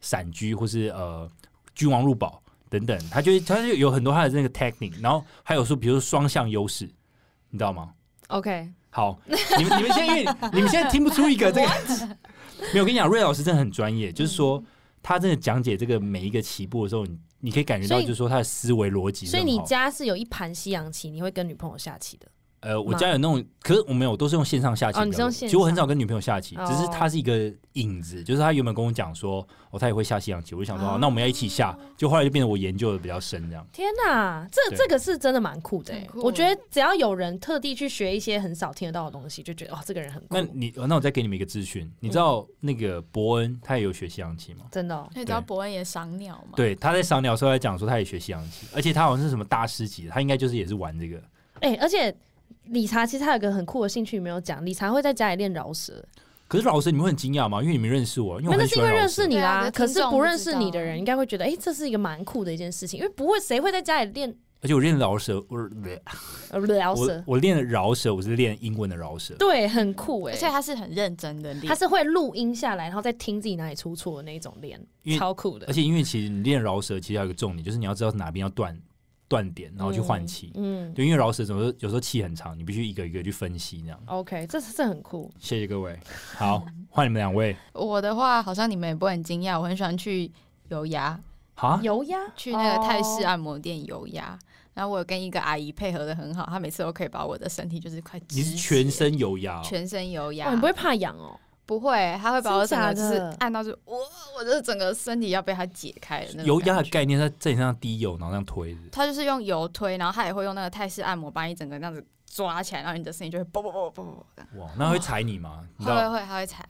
C: 闪狙，或是呃君王入堡等等，他就他就有很多他的那个 technique，然后还有说比如说双向优势，你知道吗？
B: OK，
C: 好，你们你们现在因为你们现在听不出一个这个， (laughs) 没有我跟你讲，瑞老师真的很专业，就是说
B: 嗯
C: 他真的讲解这个每一个棋步的时候，你你可以感觉到，
B: 所以
C: 就是说他的思维逻辑是
B: 所以
C: 很好。
B: 你家是有一盘西洋棋，你会跟女朋友下棋的？
C: 呃，我家有那种，可是我没有，我都是用线上下棋
B: 嗯哦
C: 比较多。
B: 你是用线
C: 其实我很少跟女朋友下棋，只是
B: 哦
C: 她是一个影子，就是她原本跟我讲说，哦，她也会下西洋棋，我就想说，
B: 哦
C: 好那我们要一起下，就后来就变得我研究的比较深这样。
B: 天哪，这
C: 对
B: 这个是真的蛮酷的欸、
A: 很酷
B: 我觉得只要有人特地去学一些很少听得到的东西，就觉得哇，哦这个人很酷
C: 那，你，哦那我再给你们一个资讯，你知道那个伯恩他也有学西洋棋吗？
B: 真的哦、
A: 那你知道伯恩也赏鸟吗？，
C: 对，他在赏鸟的时候在讲说他也学西洋棋，而且他好像是什么大师级的，他应该就是也是玩这个。
B: 哎、而且理查其实他有一个很酷的兴趣没有讲，理查会在家里练饶舌，
C: 可是老师，你们会很惊讶吗？因为你们认识我，因
B: 没有
C: 为我
B: 那
C: 很
B: 是
C: 喜
B: 因
C: 欢
B: 为
C: 饶
B: 认
C: 舌
B: 识你啦、
A: 对啊
B: 可是不认识你
A: 听众不
B: 的
A: 知
B: 人
A: 道啊
B: 应该会觉得，哎、这是一个蛮酷的一件事情，因为不会谁会在家里练
C: 而且我练饶舌，我
B: 呃饶
C: 我
B: 舌，
C: 我练的饶舌，我是练英文的饶舌。
B: 对，很酷哎、
A: 而且他是很认真的练，
B: 他是会录音下来，然后再听自己哪里出错的那一种练
C: 因，为
B: 超酷的
C: 而。且因为其实你练饶舌，其实还有一个重点，就是你要知道哪边要断断点，然后去换气。
B: 嗯
C: 对，因为饶舌有时候有时候气很长，你必须一个一个去分析这样。
B: ，OK，这是这很酷。
C: 谢谢各位， (laughs) 好，换你们两位。
A: 我的话，好像你们也不会很惊讶，我很喜欢去油压，
C: 好，
B: 油压哦
A: 去那个泰式按摩店油压。然后我有跟一个阿姨配合的很好，她每次都可以把我的身体就是快
C: 你
A: 直
C: 是
A: 接
C: 全身有压、哦，
A: 全身油
B: 哦
A: 压，
B: 你不会怕痒哦？
A: 不会，她会把我整个就
B: 真假
A: 是
B: 的
A: 按到就我我的整个身体要被她解开的那种
C: 油压
A: 感
C: 的
A: 觉
C: 概念在在你身上滴油，然后这样推着。
A: 他就是用油推，然后他也会用那个泰式按摩把你整个这样子抓起来，然后你的身体就会啵啵啵啵啵啵
C: 哇，那会踩你吗？你
A: 啵，
C: 知
A: 会
C: 道，
A: 会他会踩，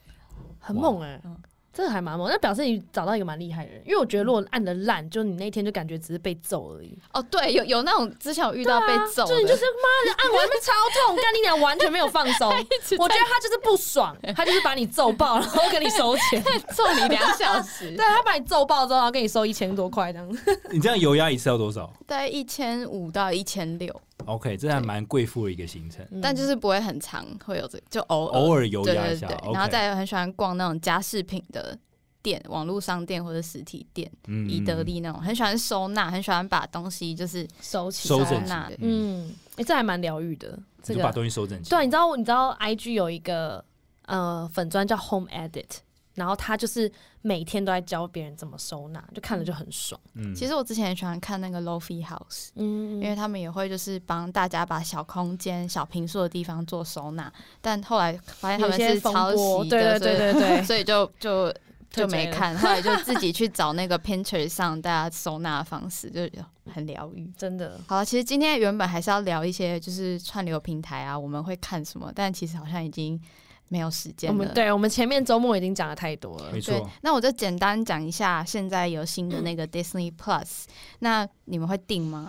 B: 很猛哎、
A: 嗯
B: 这个还蛮猛。那表示你找到一个蛮厉害的人，因为我觉得如果按的烂，就你那天就感觉只是被揍而已。
A: 哦，对，有有那种之前有遇到被揍
B: 啊就你 (laughs) 就
A: 的，
B: 是妈的按啊完被超痛， (laughs) 干你娘完全没有放松。我觉得他就是不爽，他就是把你揍爆，然后跟你收钱。
A: 揍你两小
B: (laughs)
A: 时， (laughs)
B: 对他把你揍爆之后，然后跟你收一千多块这样 (laughs) 子。
C: 你这样油压一次要多少
A: 大概一千五到一千六，
C: ？OK，这还蛮贵妇的一个行程。
A: 但就是不会很长，会有这就偶尔
C: 嗯偶尔油
A: 对
C: 压一
A: 对
C: 下
A: 对，
C: ，OK，
A: 然后再很喜欢逛那种家饰品的。店、网络商店或者实体店，
C: 嗯
A: 宜得利那种，很喜欢收纳，很喜欢把东西就是
C: 嗯
B: 收起
C: 收
B: 来
C: 整
A: 收
C: 齐
A: 纳。
C: 嗯
B: 嗯，哎、这还蛮疗愈的。这
C: 你就
B: 个
C: 把东西收整齐。
B: 对啊，你知道你知道 IG 有一个呃粉砖叫 Home Edit，然后他就是每天都在教别人怎么收纳，就看了就很爽。
C: 嗯，
A: 其实我之前很喜欢看那个 LoFi House，
B: 嗯，
A: 因为他们也会就是帮大家把小空间、小平数的地方做收纳，但后来发现他
B: 有
A: 们
B: 些
A: 是
B: 风
A: 抄
B: 波，
A: 袭
B: 对
A: 的，
B: 对对
A: (laughs)
B: 对对，
A: 所以所以就
B: (laughs)
A: 就
B: 退追
A: 就没
B: 了
A: 看，后来就自己
B: (laughs)
A: 去找那个 Pinterest 上大家收纳的方式，就很疗愈。
B: 真的。
A: 好了，其实今天原本还是要聊一些就是串流平台啊，我们会看什么，但其实好像已经没有时
B: 我
A: 间
B: 们
A: 了。
B: 对我们前面周末已经讲的太多了
C: 没，
A: 对
C: 错，，
A: 那我就简单讲一下，现在有新的那个 Disney Plus，那你们会订吗？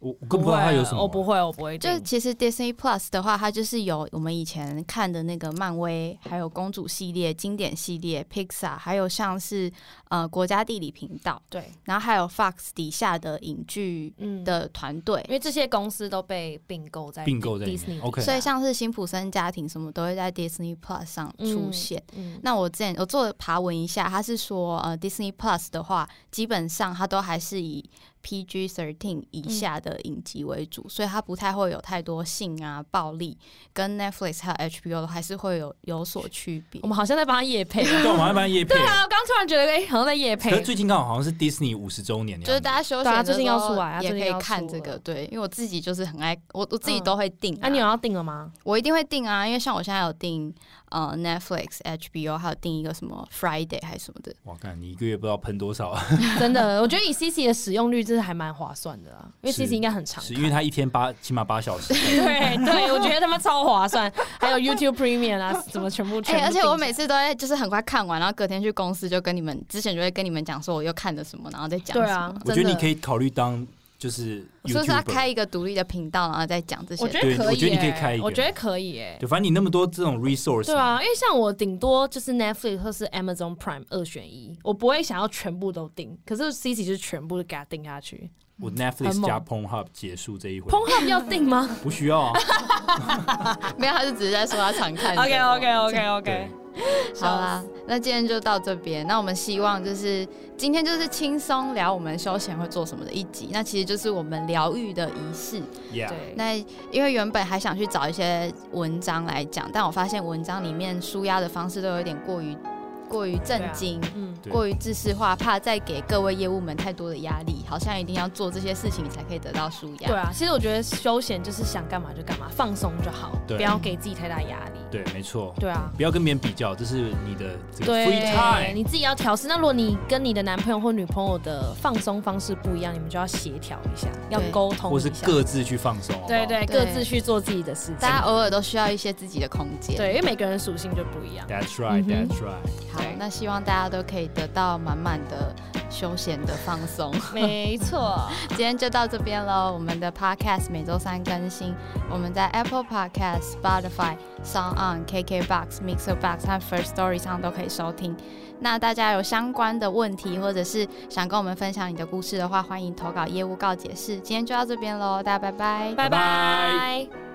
C: 我我更不知道
A: 啊
C: 它有什么。
B: 我不会，我不会
A: 就
B: 订。
A: 其实 Disney Plus 的话，它就是有我们以前看的那个漫威，还有公主系列、经典系列、Pixar，还有像是呃国家地理频道，
B: 对，
A: 然后还有 Fox 底下的影剧
B: 嗯，
A: 的团队
B: 因。为这些公司都被并购在
C: 并购在里面
B: Disney
C: OK
A: 所以像是辛普森家庭什么都会在 Disney Plus 上出现。
B: 嗯
A: 那我之前我做了爬文一下，它是说呃 Disney Plus 的话，基本上它都还是以 PG thirteen 以
B: 嗯
A: 下的影集为主，所以它不太会有太多性啊、暴力，跟 Netflix 还有 HBO 还是会有有所区别
B: 我。们好像在帮他夜配。
C: (laughs) 对，我们还蛮夜配
B: (laughs) 对。啊，我刚突然觉得，哎，好像在夜
C: 可
B: 配
C: 是。最近刚好好像是 Disney 五十周年的样子，
A: 就是大家休闲的时
B: 对啊
A: 候
B: 最近要出来啊
A: 也可
B: 最近要
A: 以看这
B: 出
A: 个
B: 了。
A: 对，因为我自己就是很爱，我我自己
B: 嗯
A: 都会订、
B: 啊，你有要订了吗？
A: 我一定会订啊，因为像我现在有订呃 Netflix、HBO，还有订一个什么 Friday 还是什么的。
C: 哇，看你一个月不知道喷多少， (laughs)
B: 真的，我觉得以 C C 的使用率，真的还蛮划算的啊，因为
C: 是
B: C C 应该很长。
C: 是因为它一天八起码八小时。
B: 对对，我觉得他妈超划算，还有 YouTube Premium 啊，怎么全部全
A: 哎、
B: 部订下来。
A: 而且我每次都会就是很快看完，然后隔天去公司就跟你们之前就会跟你们讲说我又看了什么，然后再讲
B: 对
A: 什
B: 啊
A: 么。，
C: 我觉得你可
B: 以，
C: 以考虑当就是
A: 是不是要
C: YouTuber
A: 开一个独立的频道，然后再讲这些
B: 我？觉得
C: 对
B: 可以耶，
C: 我觉得你可以开一个
B: 我觉得可以耶。
C: 对，反正你那么多这种 resource，
B: 对啊，因为像我顶多就是 Netflix 或是 Amazon Prime 二选一，我不会想要全部都订，可是 C C 就是全部给它订下去。
C: 我
B: 很
C: Netflix
B: 猛
C: 加 Pornhub 结束这一回，
B: Pornhub 要订吗
C: 不
A: (laughs)
C: 需要啊。
A: 没有，他是只是在说他 (laughs) 常看什么。
B: ？OK OK
C: 啊
B: OK
C: 对
B: OK，，
A: 好啦，那今天就到这边。那我们希望就是今天就是轻松聊我们休闲会做什么的一集，那其实就是我们疗愈的仪式。
C: Yeah，
B: 对，
A: 那因为原本还想去找一些文章来讲，但我发现文章里面舒压的方式都有点过于过于震惊、
B: 嗯，
C: 对
A: 过于知识化，怕再给各位业务们太多的压力，好像一定要做这些事情才可以得到舒压。
B: 对啊，其实我觉得休闲就是想干嘛就干嘛，放松就好，
C: 对
B: 不要给自己太大压力。
C: 对，没错，
B: 对啊，
C: 不要跟别人比较，这是你的这个 free
B: 对，
C: time。
B: 你自己要调试。那如果你跟你的男朋友或女朋友的放松方式不一样，你们就要协调一下，要沟通
C: 或
B: 一
C: 是
B: 下，
C: 各自去放松，好不好
B: 对对
A: 对
B: 各自去做自己的事情
A: 大。家偶尔都需要一些自己的空间。
B: 对，因为每个人属性就不一样。
C: ，That's right,
B: 嗯哼
C: That's right。
A: 好
B: 对，
A: 那希望大家都可以得到满满的休闲的放松。
B: (laughs) 没错，
A: 今天就到这边喽，我们的 Podcast 每周三更新，我们在 Apple Podcast、Spotify、Sound On、KKBox、Mixer Box 和 First Story 上都可以收听。那大家有相关的问题，或者是想跟我们分享你的故事的话，欢迎投稿业务告解室。今天就到这边喽，大家拜拜。
B: 拜
C: 拜
B: 拜。